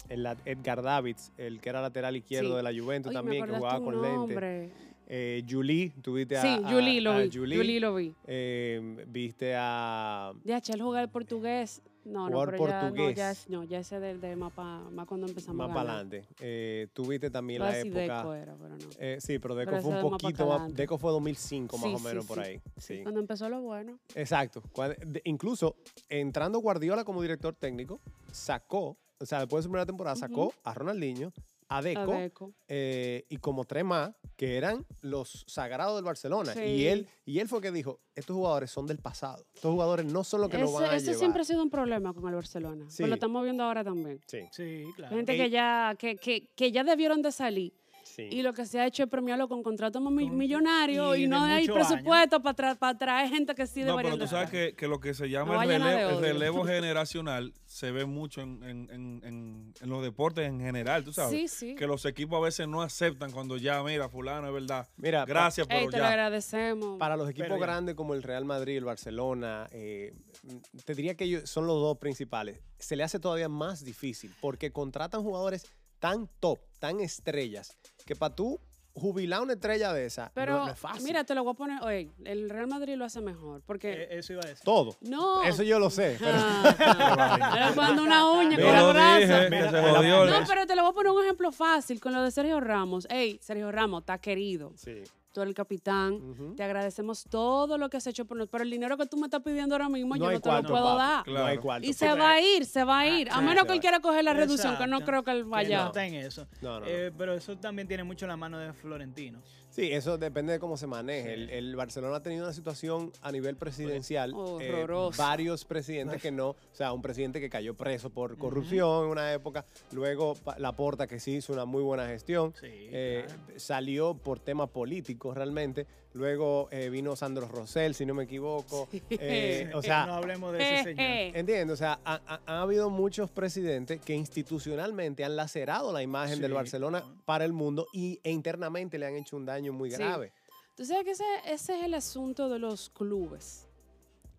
Speaker 1: en la Edgar Davids, el que era lateral izquierdo
Speaker 3: Sí.
Speaker 1: de la Juventus
Speaker 3: Oye,
Speaker 1: también, que jugaba
Speaker 3: acordaste un
Speaker 1: con lente.
Speaker 3: nombre.
Speaker 1: Eh, Julie, tuviste a,
Speaker 3: Sí,
Speaker 1: a-
Speaker 3: Juli lo
Speaker 1: a
Speaker 3: vi.
Speaker 1: Juli.
Speaker 3: Juli lo vi.
Speaker 1: Eh, viste a...
Speaker 3: Ya, él jugaba el portugués. No, no,
Speaker 1: Jugar
Speaker 3: pero ya, no,
Speaker 1: portugués.
Speaker 3: ya, es- no, ya ese del de mapa, más cuando empezamos
Speaker 1: Más
Speaker 3: a
Speaker 1: para
Speaker 3: ganar.
Speaker 1: adelante. Eh, tuviste también
Speaker 3: Iba a
Speaker 1: la
Speaker 3: decir Deco
Speaker 1: época...
Speaker 3: era, pero no.
Speaker 1: eh, sí, pero Deco
Speaker 3: Pero
Speaker 1: fue
Speaker 3: eso
Speaker 1: un
Speaker 3: es más para
Speaker 1: poquito más...
Speaker 3: adelante.
Speaker 1: Deco fue 2005 más
Speaker 3: Sí,
Speaker 1: o
Speaker 3: sí,
Speaker 1: menos por
Speaker 3: sí.
Speaker 1: ahí. Sí.
Speaker 3: Cuando empezó lo bueno.
Speaker 1: Exacto. Cuando- de- incluso entrando Guardiola como director técnico, sacó, o sea, después de su primera temporada, sacó a Ronaldinho, a
Speaker 3: a
Speaker 1: Deco
Speaker 3: Deco.
Speaker 1: eh, y como tres más, que eran los sagrados del Barcelona. Y,
Speaker 3: Sí.
Speaker 1: él, y él fue que dijo, estos jugadores son del pasado. Estos jugadores no son los que nos
Speaker 3: Eso-
Speaker 1: van a
Speaker 3: eso
Speaker 1: llevar.
Speaker 3: siempre ha sido un problema con el Barcelona.
Speaker 1: Sí.
Speaker 3: Pues lo estamos viendo ahora también.
Speaker 1: Sí,
Speaker 4: Sí, claro.
Speaker 3: Gente
Speaker 1: Ey.
Speaker 3: que ya, que, que, que ya debieron de salir.
Speaker 1: sí.
Speaker 3: Y lo que se ha hecho es premiarlo con contratos mi-
Speaker 4: Con-
Speaker 3: millonarios
Speaker 4: y
Speaker 3: y,
Speaker 4: de
Speaker 3: no hay
Speaker 4: muchos años.
Speaker 3: presupuesto para traer gente que sí
Speaker 2: No,
Speaker 3: debería
Speaker 2: pero tú
Speaker 3: de
Speaker 2: sabes
Speaker 3: estar.
Speaker 2: que, que lo que se llama
Speaker 3: No
Speaker 2: el,
Speaker 3: vayan a de
Speaker 2: relevo, el
Speaker 3: odio.
Speaker 2: relevo generacional se ve mucho en, en- en- en- en los deportes en general, tú sabes.
Speaker 3: Sí, sí.
Speaker 2: Que los equipos a veces no aceptan cuando ya, mira, fulano, es verdad.
Speaker 1: Mira, pa-
Speaker 2: Gracias,
Speaker 3: Ey,
Speaker 2: pero
Speaker 3: te lo
Speaker 2: ya.
Speaker 3: agradecemos.
Speaker 1: Para los equipos
Speaker 4: ya.
Speaker 1: grandes como el Real Madrid, el Barcelona, eh, mm, te diría que ellos son los dos principales. Se le hace todavía más difícil porque contratan jugadores tan top, tan estrellas, que para tú jubilar una estrella de esa
Speaker 3: pero
Speaker 1: no, no es fácil.
Speaker 3: mira, te lo voy a poner. Oye, el Real Madrid lo hace mejor. Porque.
Speaker 4: Eh, eso iba a decir.
Speaker 1: Todo.
Speaker 3: no.
Speaker 1: Eso yo lo sé. pero-
Speaker 3: Pero cuando una uña
Speaker 2: Yo
Speaker 3: con el
Speaker 2: lo
Speaker 3: brazo.
Speaker 2: dije, que se
Speaker 1: Mira,
Speaker 2: jodió el-
Speaker 1: la-
Speaker 3: No, pero te lo voy a poner un ejemplo fácil con lo de Sergio Ramos. Ey, Sergio Ramos, está querido.
Speaker 1: Sí.
Speaker 3: Tú eres el capitán.
Speaker 1: Ujú.
Speaker 3: Te agradecemos todo lo que has hecho por nosotros. Pero el dinero que tú me estás pidiendo ahora mismo,
Speaker 1: No
Speaker 3: yo
Speaker 1: hay
Speaker 3: no te lo
Speaker 1: cuarto,
Speaker 3: puedo
Speaker 1: papi.
Speaker 3: dar.
Speaker 1: No hay
Speaker 2: Claro.
Speaker 1: cuarto.
Speaker 3: Y se
Speaker 4: porque-
Speaker 3: va a ir, se va a ir.
Speaker 1: Ah,
Speaker 3: A
Speaker 1: sí,
Speaker 3: menos
Speaker 1: se
Speaker 3: que él
Speaker 1: va.
Speaker 3: quiera coger la reducción, que no
Speaker 4: Exacto.
Speaker 3: creo que él
Speaker 4: Que no
Speaker 3: vaya.
Speaker 4: está en eso.
Speaker 1: No, no, no.
Speaker 4: Eh, pero eso también tiene mucho la mano de Florentino.
Speaker 1: Sí, eso depende de cómo se maneje. El, el Barcelona ha tenido una situación a nivel presidencial. eh,
Speaker 3: Horrorosa.
Speaker 1: varios presidentes que no. O sea, un presidente que cayó preso por corrupción en una época. Luego Pa- Laporta, que sí hizo una muy buena gestión.
Speaker 4: Sí,
Speaker 1: eh,
Speaker 4: claro.
Speaker 1: Salió por temas políticos realmente. Luego eh, vino Sandro Rosell, si no me equivoco. Eh, o
Speaker 4: Eh,
Speaker 1: sea,
Speaker 4: no hablemos de
Speaker 3: Eh,
Speaker 4: ese señor.
Speaker 3: eh.
Speaker 1: Entiendo, o sea, ha, ha- ha habido muchos presidentes que institucionalmente han lacerado la imagen del
Speaker 4: Sí,
Speaker 1: Barcelona
Speaker 4: claro.
Speaker 1: para el mundo y, e internamente le han hecho un daño muy
Speaker 3: Sí.
Speaker 1: grave.
Speaker 3: Tú sabes que ese, ese es el asunto de los clubes.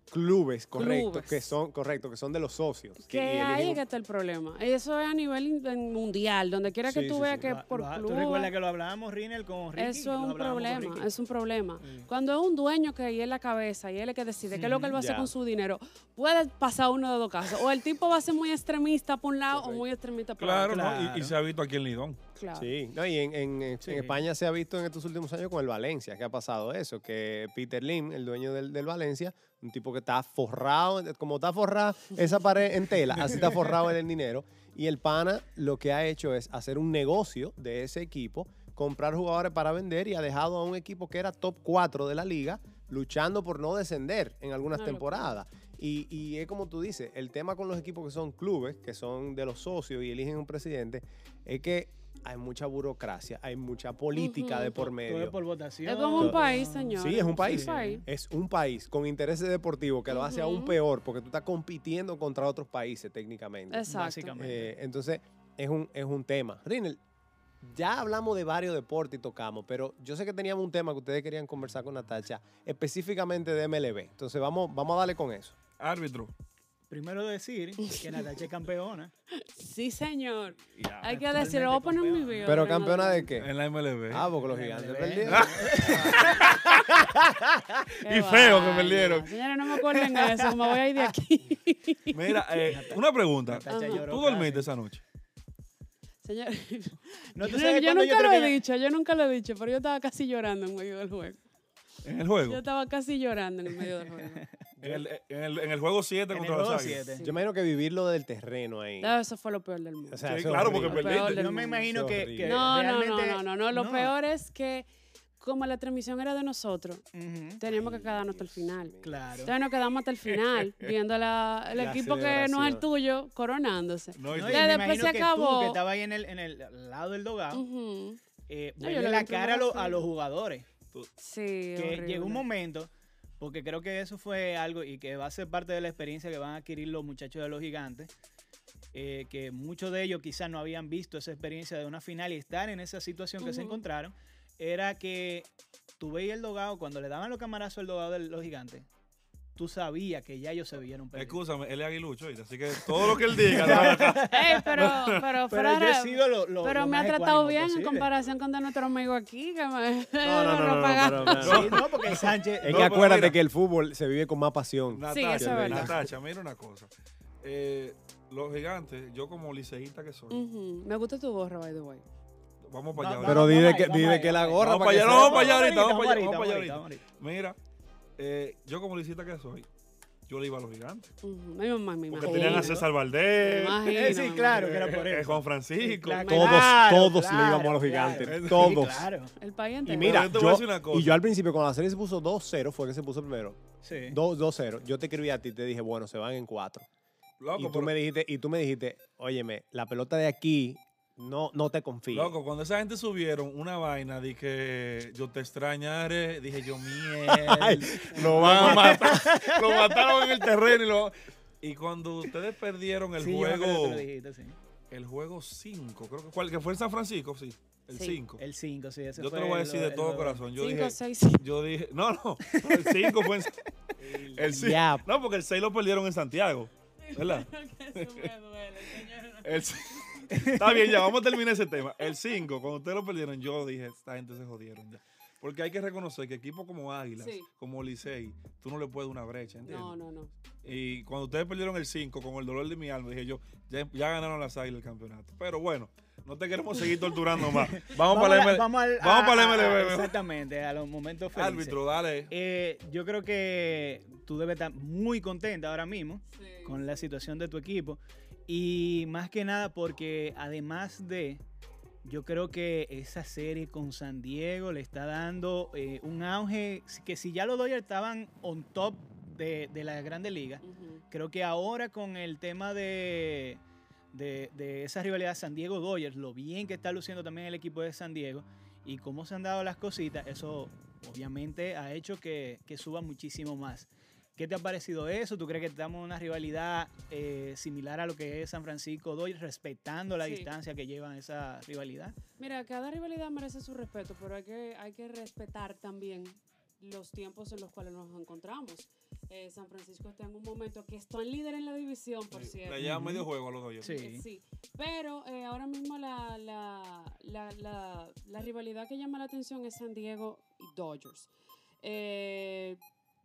Speaker 1: Clubes, correcto,
Speaker 3: Clubes.
Speaker 1: que son correcto, que son de los socios.
Speaker 3: Que
Speaker 1: y
Speaker 3: ahí
Speaker 1: eligen
Speaker 3: es que está el problema. Eso es a nivel in- en- mundial, donde quiera que
Speaker 1: Sí,
Speaker 3: tú
Speaker 1: sí,
Speaker 3: veas
Speaker 1: sí.
Speaker 3: que
Speaker 4: Lo-
Speaker 3: por
Speaker 4: lo- ¿Tú
Speaker 3: clubes-
Speaker 4: recuerdas que lo hablábamos, Rinel, con Ricky?
Speaker 3: Eso es
Speaker 4: Lo
Speaker 3: un
Speaker 4: hablábamos con
Speaker 3: problema,
Speaker 4: Ricky.
Speaker 3: es un problema.
Speaker 4: Sí.
Speaker 3: Cuando es un dueño que ahí es la cabeza y él es el que decide qué es lo que él va a hacer
Speaker 1: Ya.
Speaker 3: con su dinero, puede pasar uno de dos casos. O el tipo va a ser muy extremista por un lado o muy extremista por
Speaker 2: Claro,
Speaker 3: otro.
Speaker 2: ¿no? Y- Y,
Speaker 4: Claro.
Speaker 2: se ha visto aquí en Lidón.
Speaker 3: Claro.
Speaker 1: Sí, no, y en, en- en
Speaker 4: Sí.
Speaker 1: España se ha visto en estos últimos años con el Valencia, que ha pasado eso, que Peter Lim, el dueño del, del Valencia, un tipo que está forrado, como está forrada esa pared en tela, así está forrado en el dinero, y el pana lo que ha hecho es hacer un negocio de ese equipo, comprar jugadores para vender y ha dejado a un equipo que era top 4 de la liga luchando por no descender en algunas
Speaker 3: Una locura.
Speaker 1: temporadas. Y, y es como tú dices, el tema con los equipos que son clubes, que son de los socios y eligen un presidente, es que hay mucha burocracia, hay mucha política
Speaker 3: Ujú.
Speaker 1: de por
Speaker 4: Todo es
Speaker 1: medio.
Speaker 4: por votación.
Speaker 3: Es como un país, señor.
Speaker 1: Sí, es un país.
Speaker 3: Es un país.
Speaker 1: Es un país con intereses deportivos que lo hace aún
Speaker 3: Ujú.
Speaker 1: peor porque tú estás compitiendo contra otros países técnicamente.
Speaker 3: Exacto.
Speaker 4: Básicamente.
Speaker 1: Eh, entonces, es un, es un tema. Rinel, ya hablamos de varios deportes y tocamos, pero yo sé que teníamos un tema que ustedes querían conversar con Natacha, específicamente de MLB. Entonces, vamos, vamos a darle con eso.
Speaker 2: Árbitro.
Speaker 4: Primero decir que Natacha es campeona.
Speaker 3: Sí, señor.
Speaker 2: Ya.
Speaker 3: Hay que decirlo. Voy a poner en mi video.
Speaker 1: Pero
Speaker 3: ahora en
Speaker 1: campeona de
Speaker 3: adelante.
Speaker 1: qué?
Speaker 2: En la MLB.
Speaker 1: Ah, porque los gigantes
Speaker 4: MLB.
Speaker 1: perdieron.
Speaker 3: Qué
Speaker 2: Y feo que
Speaker 3: vaina.
Speaker 2: perdieron.
Speaker 3: Señores, no me acuerden de eso. Me voy a ir de aquí.
Speaker 2: Mira, eh, una pregunta.
Speaker 4: Natacha
Speaker 3: Ajá.
Speaker 4: lloró
Speaker 2: ¿Tú
Speaker 4: casi.
Speaker 2: dormiste esa noche?
Speaker 3: Señor,
Speaker 4: No,
Speaker 3: yo,
Speaker 4: tú sabes
Speaker 3: yo
Speaker 4: cuándo
Speaker 3: nunca
Speaker 4: creo
Speaker 3: lo he
Speaker 4: que ella-
Speaker 3: dicho, yo nunca lo he dicho, pero yo estaba casi llorando en medio del juego.
Speaker 2: En el
Speaker 3: Yo
Speaker 2: juego.
Speaker 3: estaba casi llorando en el medio del juego.
Speaker 2: En el, en el- en el juego 7
Speaker 4: En el
Speaker 2: contra los
Speaker 4: juego
Speaker 2: Águilas.
Speaker 4: siete.
Speaker 1: Yo me imagino que vivir lo del terreno ahí.
Speaker 3: No, Eso fue lo peor del mundo.
Speaker 1: O sea,
Speaker 2: Sí,
Speaker 1: eso es
Speaker 2: claro, porque
Speaker 1: horrible.
Speaker 3: Lo peor
Speaker 2: perdiste.
Speaker 3: del
Speaker 4: Yo me
Speaker 3: mundo.
Speaker 4: imagino que, que
Speaker 3: No, no, no,
Speaker 4: realmente...
Speaker 3: no, no, no. Lo peor es que como la transmisión era de nosotros,
Speaker 4: Ujú.
Speaker 3: teníamos que quedarnos hasta el final.
Speaker 4: Claro.
Speaker 3: Entonces nos quedamos hasta el final viendo la- el
Speaker 1: La
Speaker 3: equipo que no es el
Speaker 1: celebración.
Speaker 3: tuyo coronándose.
Speaker 2: No, y-
Speaker 4: No, y
Speaker 3: Ya
Speaker 4: me
Speaker 3: después
Speaker 4: imagino
Speaker 3: se
Speaker 4: que tú,
Speaker 3: acabó.
Speaker 4: que estaba ahí en el, en el al lado del dogado,
Speaker 3: Ujú.
Speaker 4: eh,
Speaker 3: No, yo
Speaker 4: verle
Speaker 3: lo
Speaker 4: la
Speaker 3: encontré
Speaker 4: cara a, lo-
Speaker 3: vacío.
Speaker 4: a los jugadores.
Speaker 3: Sí,
Speaker 4: Que llegó
Speaker 3: horrible.
Speaker 4: un momento Porque creo que eso fue algo y que va a ser parte de la experiencia que van a adquirir los muchachos de los gigantes. eh, que muchos de ellos quizás no habían visto esa experiencia de una final y estar en esa situación que se
Speaker 3: Ujú.
Speaker 4: encontraron. Era que tú veías el dogado, cuando le daban los camarazos al dogado de los gigantes, tú sabías que ya ellos se vieron perdidos.
Speaker 2: Escúchame, él es aguilucho, ¿oíste? así que todo lo que él diga. ¿no?
Speaker 3: Ey, pero, pero,
Speaker 4: Pero
Speaker 3: fuera-
Speaker 4: yo he sido lo, lo-
Speaker 3: pero
Speaker 4: lo
Speaker 3: me ha
Speaker 4: más
Speaker 3: tratado
Speaker 4: ecuánime
Speaker 3: bien en
Speaker 4: posible.
Speaker 3: comparación con de nuestro amigo aquí, que me
Speaker 1: No, no, no, no,
Speaker 3: paga-
Speaker 1: no, pero-
Speaker 4: Sí, no, porque el Sánchez.
Speaker 1: Es
Speaker 2: No,
Speaker 1: que
Speaker 2: pero
Speaker 1: acuérdate
Speaker 2: mira.
Speaker 1: que el fútbol se vive con más pasión.
Speaker 3: Sí, eso es verdad.
Speaker 2: Natacha, mira una cosa. Eh, los gigantes, yo como liceísta que soy,
Speaker 3: Ujú. Me gusta tu gorra, by the way.
Speaker 2: vamos para allá.
Speaker 4: No,
Speaker 2: ahora.
Speaker 1: Pero
Speaker 4: vamos
Speaker 1: di de
Speaker 4: ahí,
Speaker 1: que,
Speaker 4: vamos
Speaker 1: di de
Speaker 4: ahí,
Speaker 1: que la
Speaker 4: vamos
Speaker 1: gorra
Speaker 2: ahí.
Speaker 1: para que
Speaker 2: Vamos
Speaker 1: sepa.
Speaker 2: no, para allá ahorita, vamos para allá,
Speaker 4: vamos
Speaker 2: vamos para allá
Speaker 4: ahorita, vamos
Speaker 2: Mira, eh, yo como liceísta que soy, yo le iba a los gigantes.
Speaker 3: Ujú. Mi mamá, mi mamá.
Speaker 2: Porque tenían a César Valdés,
Speaker 3: Imagino,
Speaker 4: ahorita. Eh, sí,
Speaker 3: mamá.
Speaker 4: claro, que era por
Speaker 2: eh,
Speaker 4: eso.
Speaker 2: Juan Francisco.
Speaker 4: Claro,
Speaker 1: Todos,
Speaker 4: claro,
Speaker 1: todos
Speaker 4: claro,
Speaker 1: le íbamos a los
Speaker 4: claro.
Speaker 1: gigantes.
Speaker 2: Sí,
Speaker 1: Todos.
Speaker 4: Sí, claro.
Speaker 3: El país entero.
Speaker 1: Y mira,
Speaker 2: yo te voy a
Speaker 1: yo,
Speaker 2: decir una cosa.
Speaker 1: y yo al principio, cuando la serie se puso 2-0, fue que se puso primero.
Speaker 4: Sí.
Speaker 1: 2- 2-0. Yo te escribí a ti y te dije, bueno, se van en 4.
Speaker 2: Loco,
Speaker 1: Y tú
Speaker 2: pero-
Speaker 1: me dijiste, y tú me dijiste, óyeme, la pelota de aquí no, no te confío.
Speaker 2: Loco, cuando esa gente subieron una vaina de que yo te extrañaré, dije yo, mierda.
Speaker 1: no
Speaker 2: lo, mata- lo mataron en el terreno y lo- Y cuando ustedes perdieron el
Speaker 4: Sí, yo me acuerdo que
Speaker 2: juego,
Speaker 4: tú lo dijiste, sí.
Speaker 2: el juego 5, creo que fue el que fue en San Francisco, sí, el
Speaker 3: Sí.
Speaker 2: 5.
Speaker 4: El 5, sí, ese
Speaker 2: Yo
Speaker 4: fue
Speaker 2: te lo voy a
Speaker 4: el-
Speaker 2: decir de
Speaker 4: el-
Speaker 2: todo
Speaker 4: el-
Speaker 2: corazón. Yo
Speaker 3: Cinco,
Speaker 2: dije,
Speaker 3: seis.
Speaker 2: yo dije, no, no, el 5 fue en el cinco-
Speaker 1: Ya.
Speaker 2: No, porque el 6 lo perdieron en Santiago, ¿verdad? El c- Está bien, ya vamos a terminar ese tema. El 5, cuando ustedes lo perdieron, yo dije, esta gente se jodieron ya. Porque hay que reconocer que equipos como Águilas,
Speaker 3: Sí.
Speaker 2: como Licey, tú no le puedes dar una brecha, ¿entiendes?
Speaker 3: No, no, no.
Speaker 2: Y cuando ustedes perdieron el 5, con el dolor de mi alma, dije yo, ya, ya ganaron las Águilas el campeonato. Pero bueno, no te queremos seguir torturando más. Vamos,
Speaker 4: Vamos,
Speaker 2: para
Speaker 4: a-
Speaker 2: el ML
Speaker 4: vamos al-
Speaker 2: vamos
Speaker 4: a-
Speaker 2: para el
Speaker 4: a-
Speaker 2: MLB, mejor.
Speaker 4: Exactamente, a los momentos felices.
Speaker 2: Árbitro, dale.
Speaker 4: Eh, yo creo que tú debes estar muy contenta ahora mismo con la situación de tu equipo. Y más que nada porque además de, yo creo que esa serie con San Diego le está dando eh, un auge que si ya los Dodgers estaban on top de, de la Grande Liga,
Speaker 3: Ujú.
Speaker 4: creo que ahora con el tema de, de, de esa rivalidad San Diego-Dodgers, lo bien que está luciendo también el equipo de San Diego y cómo se han dado las cositas, eso obviamente ha hecho que, que suba muchísimo más. ¿Qué te ha parecido eso? ¿Tú crees que estamos en una rivalidad eh, similar a lo que es San Francisco-Dodgers, respetando la
Speaker 3: Sí.
Speaker 4: distancia que llevan esa rivalidad?
Speaker 3: Mira, cada rivalidad merece su respeto, pero hay que, hay que respetar también los tiempos en los cuales nos encontramos. Eh, San Francisco está en un momento que está en líder en la división, por cierto.
Speaker 2: Le llevan
Speaker 4: Ujú.
Speaker 2: medio juego a los Dodgers.
Speaker 4: Sí.
Speaker 3: Eh, sí. Pero eh, ahora mismo la, la, la, la, la rivalidad que llama la atención es San Diego y Dodgers. Eh,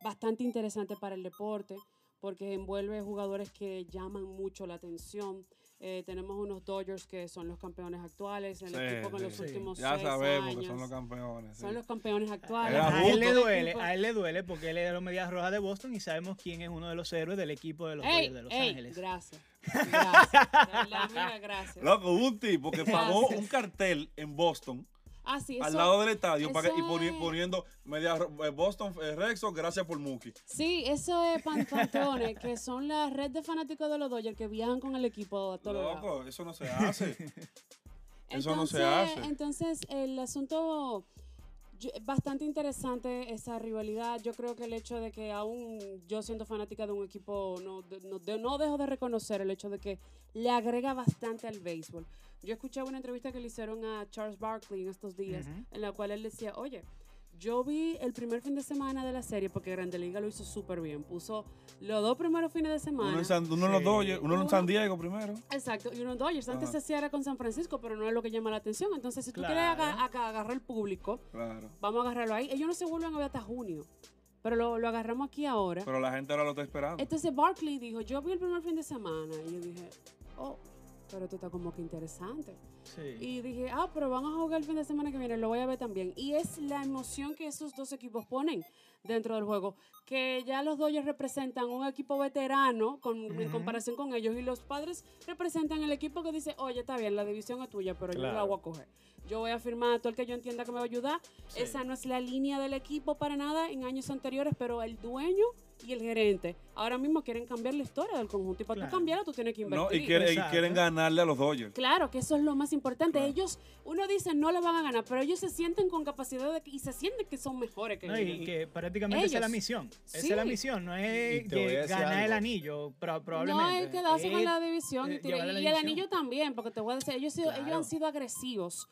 Speaker 3: bastante interesante para el deporte porque envuelve jugadores que llaman mucho la atención. Eh, tenemos unos Dodgers que son los campeones actuales, el
Speaker 2: Sí,
Speaker 3: equipo con
Speaker 2: sí,
Speaker 3: los
Speaker 4: sí.
Speaker 3: últimos
Speaker 2: Ya
Speaker 3: seis
Speaker 2: sabemos
Speaker 3: años.
Speaker 2: que son los campeones. sí.
Speaker 3: Son los campeones actuales.
Speaker 2: Era
Speaker 4: Ah, A él le
Speaker 3: Equipo-
Speaker 4: duele, a él le duele porque él es de los Medias Rojas de Boston y sabemos quién es uno de los héroes del equipo de los
Speaker 3: Ey,
Speaker 4: Dodgers de Los
Speaker 3: ey,
Speaker 4: Ángeles.
Speaker 3: Gracias. Gracias. De verdad, mira, gracias.
Speaker 2: Loco, hubo un tipo que pagó
Speaker 3: Gracias.
Speaker 2: un cartel en Boston
Speaker 3: Ah, sí,
Speaker 2: al
Speaker 3: eso-
Speaker 2: lado del estadio para que- y
Speaker 3: eso
Speaker 2: poni-
Speaker 3: es.
Speaker 2: poniendo media ro- eh, Boston eh, Rexon, gracias por Mookie.
Speaker 3: Sí, eso es Pan- Panteones, que son la red de fanáticos de los Dodgers que viajan con el equipo a todos los lados.
Speaker 2: Loco, eso no se hace. eso no se
Speaker 3: Entonces-
Speaker 2: hace.
Speaker 3: Entonces, el asunto yo- bastante interesante esa rivalidad. Yo creo que el hecho de que aún yo siendo fanática de un equipo, no, de- no, de- no dejo de reconocer el hecho de que le agrega bastante al béisbol. Yo escuchaba una entrevista que le hicieron a Charles Barkley en estos días,
Speaker 4: Ujú.
Speaker 3: en la cual él decía, oye, yo vi el primer fin de semana de la serie porque Grande Liga lo hizo súper bien. Puso los dos primeros fines de semana.
Speaker 2: Uno en, San, uno en los
Speaker 4: Sí.
Speaker 2: Dodgers, uno en
Speaker 3: Uno-
Speaker 2: San Diego primero.
Speaker 3: Exacto, y unos Dodgers. Antes
Speaker 2: Ajá.
Speaker 3: se hacía era con San Francisco, pero no es lo que llama la atención. Entonces, si tú quieres
Speaker 4: Claro.
Speaker 3: aga- aga- agarrar el público,
Speaker 2: Claro.
Speaker 3: vamos a agarrarlo ahí. Ellos no se vuelven a ver hasta junio, pero lo, lo agarramos aquí ahora.
Speaker 2: Pero la gente ahora lo está esperando.
Speaker 3: Entonces, Barkley dijo, yo vi el primer fin de semana. Y yo dije, oh, pero esto está como que interesante.
Speaker 4: Sí.
Speaker 3: Y dije, ah, pero van a jugar el fin de semana que viene, lo voy a ver también. Y es la emoción que esos dos equipos ponen dentro del juego. Que ya los Dodgers representan un equipo veterano con, en
Speaker 4: Ujú.
Speaker 3: comparación con ellos. Y los padres representan el equipo que dice, oye, está bien, la división es tuya, pero yo no la
Speaker 1: Claro.
Speaker 3: voy a coger. Yo voy a firmar a todo el que yo entienda que me va a ayudar.
Speaker 4: Sí.
Speaker 3: Esa no es la línea del equipo para nada en años anteriores, pero el dueño y el gerente. Ahora mismo quieren cambiar la historia del conjunto y para
Speaker 4: Claro.
Speaker 3: tú cambiarla tú tienes que invertir.
Speaker 2: No, y, quiere- y
Speaker 4: Exacto.
Speaker 2: quieren ganarle a los Dodgers.
Speaker 3: Claro, que eso es lo más importante.
Speaker 2: Claro.
Speaker 3: Ellos, uno dice no le van a ganar, pero ellos se sienten con capacidad de- y se sienten que son mejores que
Speaker 4: No,
Speaker 3: ellos.
Speaker 4: y que prácticamente esa es la
Speaker 3: Ellos.
Speaker 4: misión. Esa
Speaker 3: Sí.
Speaker 4: es la misión, no
Speaker 1: Y
Speaker 4: es
Speaker 1: te voy a
Speaker 4: que
Speaker 1: decir
Speaker 4: ganar el
Speaker 1: algo.
Speaker 4: anillo, pro-
Speaker 3: No,
Speaker 4: probablemente.
Speaker 3: el quedarse
Speaker 4: Es-
Speaker 3: con la división y,
Speaker 4: eh,
Speaker 3: tirar-
Speaker 4: llevar a la
Speaker 3: y el
Speaker 4: división.
Speaker 3: anillo también, porque te voy a decir, ellos, han sido- ellos
Speaker 1: Claro.
Speaker 3: han sido agresivos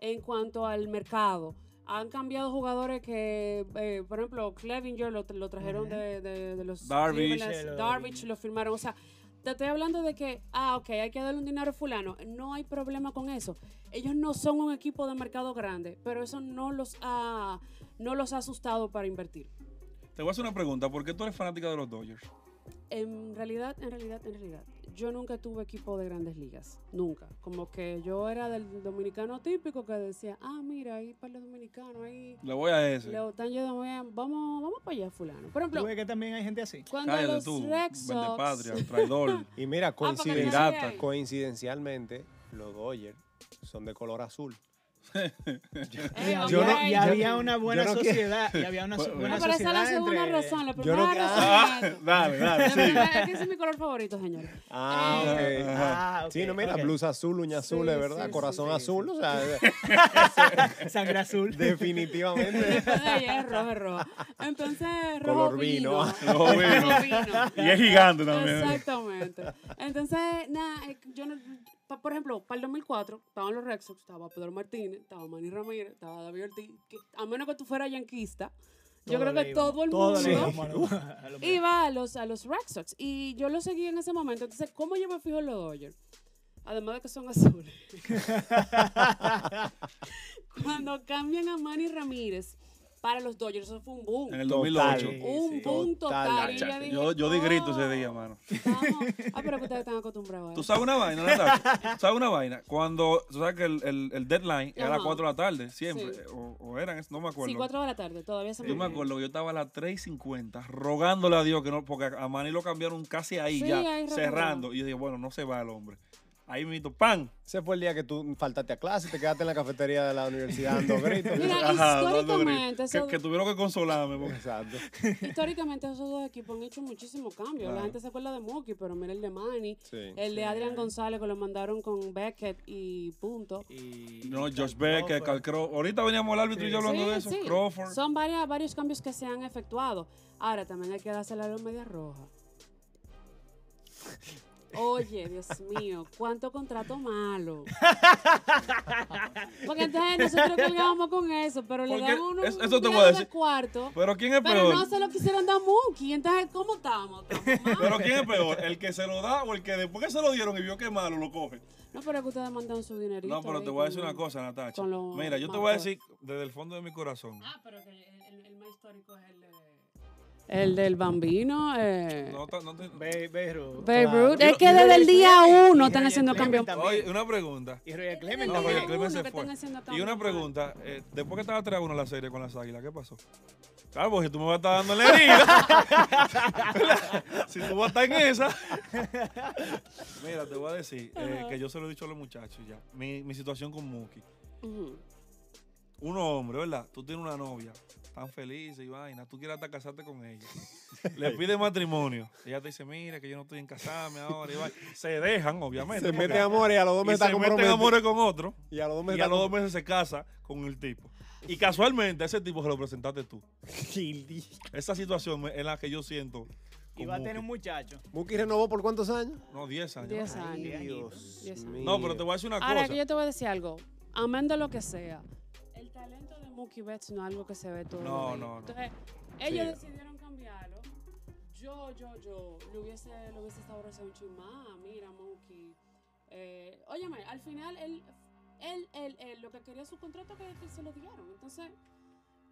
Speaker 3: en cuanto al mercado. Han cambiado jugadores que, eh, por ejemplo, Clevinger lo, lo trajeron
Speaker 4: Ujú.
Speaker 3: de, de- de los
Speaker 2: Darvish.
Speaker 3: Cleveland,
Speaker 4: Se lo-
Speaker 3: Darvish lo firmaron. O sea, te estoy hablando de que, ah, ok, hay que darle un dinero a fulano. No hay problema con eso. Ellos no son un equipo de mercado grande, pero eso no los ha, no los ha asustado para invertir.
Speaker 2: Te voy a hacer una pregunta. ¿Por qué tú eres fanática de los Dodgers?
Speaker 3: En realidad, en realidad, en realidad, yo nunca tuve equipo de grandes ligas, nunca. Como que yo era del dominicano típico que decía, ah, mira, ahí para los dominicanos, ahí
Speaker 2: Le voy a ese.
Speaker 3: le están yendo bien, vamos, vamos para allá, fulano. Por
Speaker 4: Tú
Speaker 3: ejemplo,
Speaker 4: ves que también hay gente así.
Speaker 3: cuando
Speaker 2: Cállate
Speaker 3: los
Speaker 2: tú.
Speaker 3: Red
Speaker 2: Vende
Speaker 3: Sox-
Speaker 2: patria, traidor.
Speaker 1: Y mira,
Speaker 3: porque
Speaker 1: coinciden-
Speaker 3: no sabía
Speaker 2: Pirata.
Speaker 3: ahí.
Speaker 1: coincidencialmente, los Dodgers son de color azul.
Speaker 3: Eh,
Speaker 4: y,
Speaker 1: yo
Speaker 4: había,
Speaker 1: no-
Speaker 4: y
Speaker 1: yo-
Speaker 4: había una buena
Speaker 1: yo no que-
Speaker 4: sociedad. Y había una so-
Speaker 2: Bueno,
Speaker 4: buena
Speaker 3: No, pero esa es la
Speaker 4: sociedad
Speaker 3: segunda
Speaker 4: entre-
Speaker 3: razón, la
Speaker 1: Yo
Speaker 3: primera
Speaker 1: no que-
Speaker 3: razón
Speaker 2: Ah,
Speaker 3: es-
Speaker 2: dale, dale.
Speaker 3: la
Speaker 2: sí.
Speaker 3: primera- es que ese es mi color favorito, señores.
Speaker 1: Ah,
Speaker 2: Eh,
Speaker 1: ok.
Speaker 4: Ah, ok,
Speaker 1: Sí, no, mira,
Speaker 4: ok.
Speaker 1: blusa azul, uña
Speaker 3: Sí,
Speaker 1: azul, es verdad,
Speaker 3: sí,
Speaker 1: corazón
Speaker 4: sí, sí,
Speaker 1: azul, o sea,
Speaker 4: Sangre azul.
Speaker 1: definitivamente.
Speaker 3: Ella es rojo, es rojo. Entonces, rojo
Speaker 1: Color vino.
Speaker 2: Rojo vino.
Speaker 3: Rojo vino.
Speaker 2: Y es gigante también.
Speaker 3: Exactamente. Entonces, nada, eh, yo no- pa- por ejemplo, para el 2004 estaban los Red Sox, estaba Pedro Martínez, estaba Manny Ramírez, estaba David Ortiz. que a menos que tú fueras yanquista, yo
Speaker 4: Todo
Speaker 3: creo
Speaker 4: le
Speaker 3: que
Speaker 4: íbamos,
Speaker 3: todo el
Speaker 4: todo
Speaker 3: mundo
Speaker 4: le
Speaker 1: mundo.
Speaker 4: íbamos a lo- a lo-
Speaker 3: iba a los, a los Red Sox. Y yo lo seguí en ese momento. Entonces, ¿cómo yo me fijo en los Dodgers? Además de que son azules. Cuando cambian a Manny Ramírez para los Dodgers, eso fue un boom.
Speaker 2: En el
Speaker 1: Total.
Speaker 2: 2008.
Speaker 4: Sí,
Speaker 3: un
Speaker 4: sí.
Speaker 3: boom
Speaker 1: Total,
Speaker 3: total. Y
Speaker 1: Nacha.
Speaker 3: yo, dije,
Speaker 2: Yo, yo di grito
Speaker 3: "Oh".
Speaker 2: ese día, mano.
Speaker 3: Vamos. Ah, pero que ustedes están acostumbrados. ¿eh?
Speaker 2: ¿Tú sabes una vaina, Natalia? ¿Tú sabes una vaina? Cuando, tú sabes que el, el- el deadline era a las
Speaker 3: Ajá.
Speaker 2: 4 de la tarde, siempre.
Speaker 3: Sí.
Speaker 2: O, o eran, no me acuerdo.
Speaker 3: Sí, 4 de la tarde, todavía se
Speaker 2: Yo me acuerdo que yo estaba a las 3.50 rogándole a Dios que no, porque a Manny lo cambiaron casi ahí
Speaker 3: Sí,
Speaker 2: ya,
Speaker 3: ahí
Speaker 2: cerrando.
Speaker 3: recuerdo.
Speaker 2: Y yo dije, bueno, no se va el hombre. Ahí mito, ¡pam!
Speaker 1: Ese fue el día que tú faltaste a clase, te quedaste en la cafetería de la universidad dando gritos. Ah,
Speaker 3: Mira,
Speaker 2: dando
Speaker 3: históricamente,
Speaker 2: grito.
Speaker 3: eso-
Speaker 2: que, que tuvieron que consolarme. porque-
Speaker 1: Exacto.
Speaker 3: Históricamente esos dos equipos han hecho muchísimos cambios. La gente se acuerda de Mookie, pero mira el de Manny,
Speaker 1: Sí.
Speaker 3: el de Adrian González que lo mandaron con Beckett y punto.
Speaker 4: Y-
Speaker 2: No,
Speaker 4: y
Speaker 2: Josh
Speaker 4: Carl
Speaker 2: Beck,
Speaker 4: Crawford.
Speaker 2: Cal Crawford. Ahorita veníamos el árbitro y
Speaker 4: Sí,
Speaker 2: yo hablando
Speaker 3: Sí,
Speaker 2: de eso.
Speaker 3: sí.
Speaker 2: Crawford.
Speaker 3: Son varias, varios cambios que se han efectuado. Ahora también hay que dársela a los medias rojas. Oye, Dios mío, cuánto contrato malo. Porque entonces nosotros cargábamos con eso, pero le
Speaker 2: Porque
Speaker 3: dan uno
Speaker 2: es-
Speaker 3: un
Speaker 2: eso te voy a
Speaker 3: grado de
Speaker 2: decir.
Speaker 3: cuarto. Pero,
Speaker 2: Pero ¿quién es peor?
Speaker 3: no se lo quisieron dar a Mookie, entonces ¿cómo estamos? ¿Estamos mal?
Speaker 2: Pero ¿quién es peor? ¿El que se lo da o el que después que se lo dieron y vio que malo lo coge?
Speaker 3: No, pero es que ustedes mandan su dinerito.
Speaker 2: No, pero
Speaker 3: ahí
Speaker 2: te voy a
Speaker 3: con-
Speaker 2: decir una cosa, Natacha.
Speaker 3: con los
Speaker 2: Mira, yo te
Speaker 3: malos.
Speaker 2: voy a decir desde el fondo de mi corazón.
Speaker 3: Ah, pero que el, el- el más histórico es el de- El del bambino. Eh.
Speaker 2: No, ta- no te-
Speaker 4: Babe, Babe Ruth.
Speaker 3: Babe
Speaker 1: Claro.
Speaker 3: Ruth,
Speaker 1: Yo-
Speaker 3: es que
Speaker 1: yo
Speaker 3: desde el día uno
Speaker 4: Y
Speaker 3: están
Speaker 4: Roger
Speaker 3: haciendo
Speaker 4: Clemens
Speaker 3: cambios.
Speaker 4: también.
Speaker 2: Oye, una pregunta.
Speaker 4: Y Roger Clemens
Speaker 2: No,
Speaker 3: Desde el
Speaker 2: Roger
Speaker 3: día
Speaker 2: Clemens
Speaker 3: uno
Speaker 2: se
Speaker 3: que
Speaker 2: fue.
Speaker 3: están haciendo
Speaker 2: Y una
Speaker 3: cambios.
Speaker 2: pregunta, eh, después que estaba 3 a 1 la serie con las águilas, ¿qué pasó? Claro, porque si tú me vas a estar dando la herida. si tú vas a estar en esa. Mira, te voy a decir eh, que yo se lo he dicho a los muchachos ya. Mi, mi situación con Muki.
Speaker 3: Ujú.
Speaker 2: Uno hombre, ¿verdad? Tú tienes una novia, tan feliz y vaina, tú quieres hasta casarte con ella. Le pide matrimonio. Ella te dice, mira, que yo no estoy en casarme ahora. Y vaina. Se dejan, obviamente.
Speaker 1: Se mete
Speaker 2: porque-
Speaker 1: amor y a los dos
Speaker 2: y
Speaker 1: meses está
Speaker 2: se meten
Speaker 1: comprometido.
Speaker 2: amores con otro.
Speaker 1: Y a los dos meses
Speaker 2: Y a
Speaker 1: está
Speaker 2: los dos
Speaker 1: comprometido.
Speaker 2: meses se casa con el tipo. Y casualmente a ese tipo se lo presentaste tú. Esa situación me- es la que yo siento.
Speaker 4: Y
Speaker 2: con
Speaker 4: va a tener un
Speaker 2: Mookie.
Speaker 4: muchacho.
Speaker 1: Mookie renovó por cuántos años?
Speaker 2: No, 10 años.
Speaker 3: Diez años.
Speaker 1: Dios
Speaker 3: Diez años.
Speaker 1: mío.
Speaker 2: No, pero te voy a decir una
Speaker 3: Ahora,
Speaker 2: cosa.
Speaker 3: que yo te voy a decir algo. Amén de lo que sea. El talento de Mookie Betts no es algo que se ve todo.
Speaker 2: No,
Speaker 3: el día.
Speaker 2: no, no.
Speaker 3: Entonces,
Speaker 1: Sí.
Speaker 3: ellos decidieron cambiarlo. Yo, yo, yo, le hubiese, le hubiese saboreado un chin más. Mira, Mookie. Eh, óyeme, al final, él, él, él, él, lo que quería su contrato que, que se lo dieron. Entonces,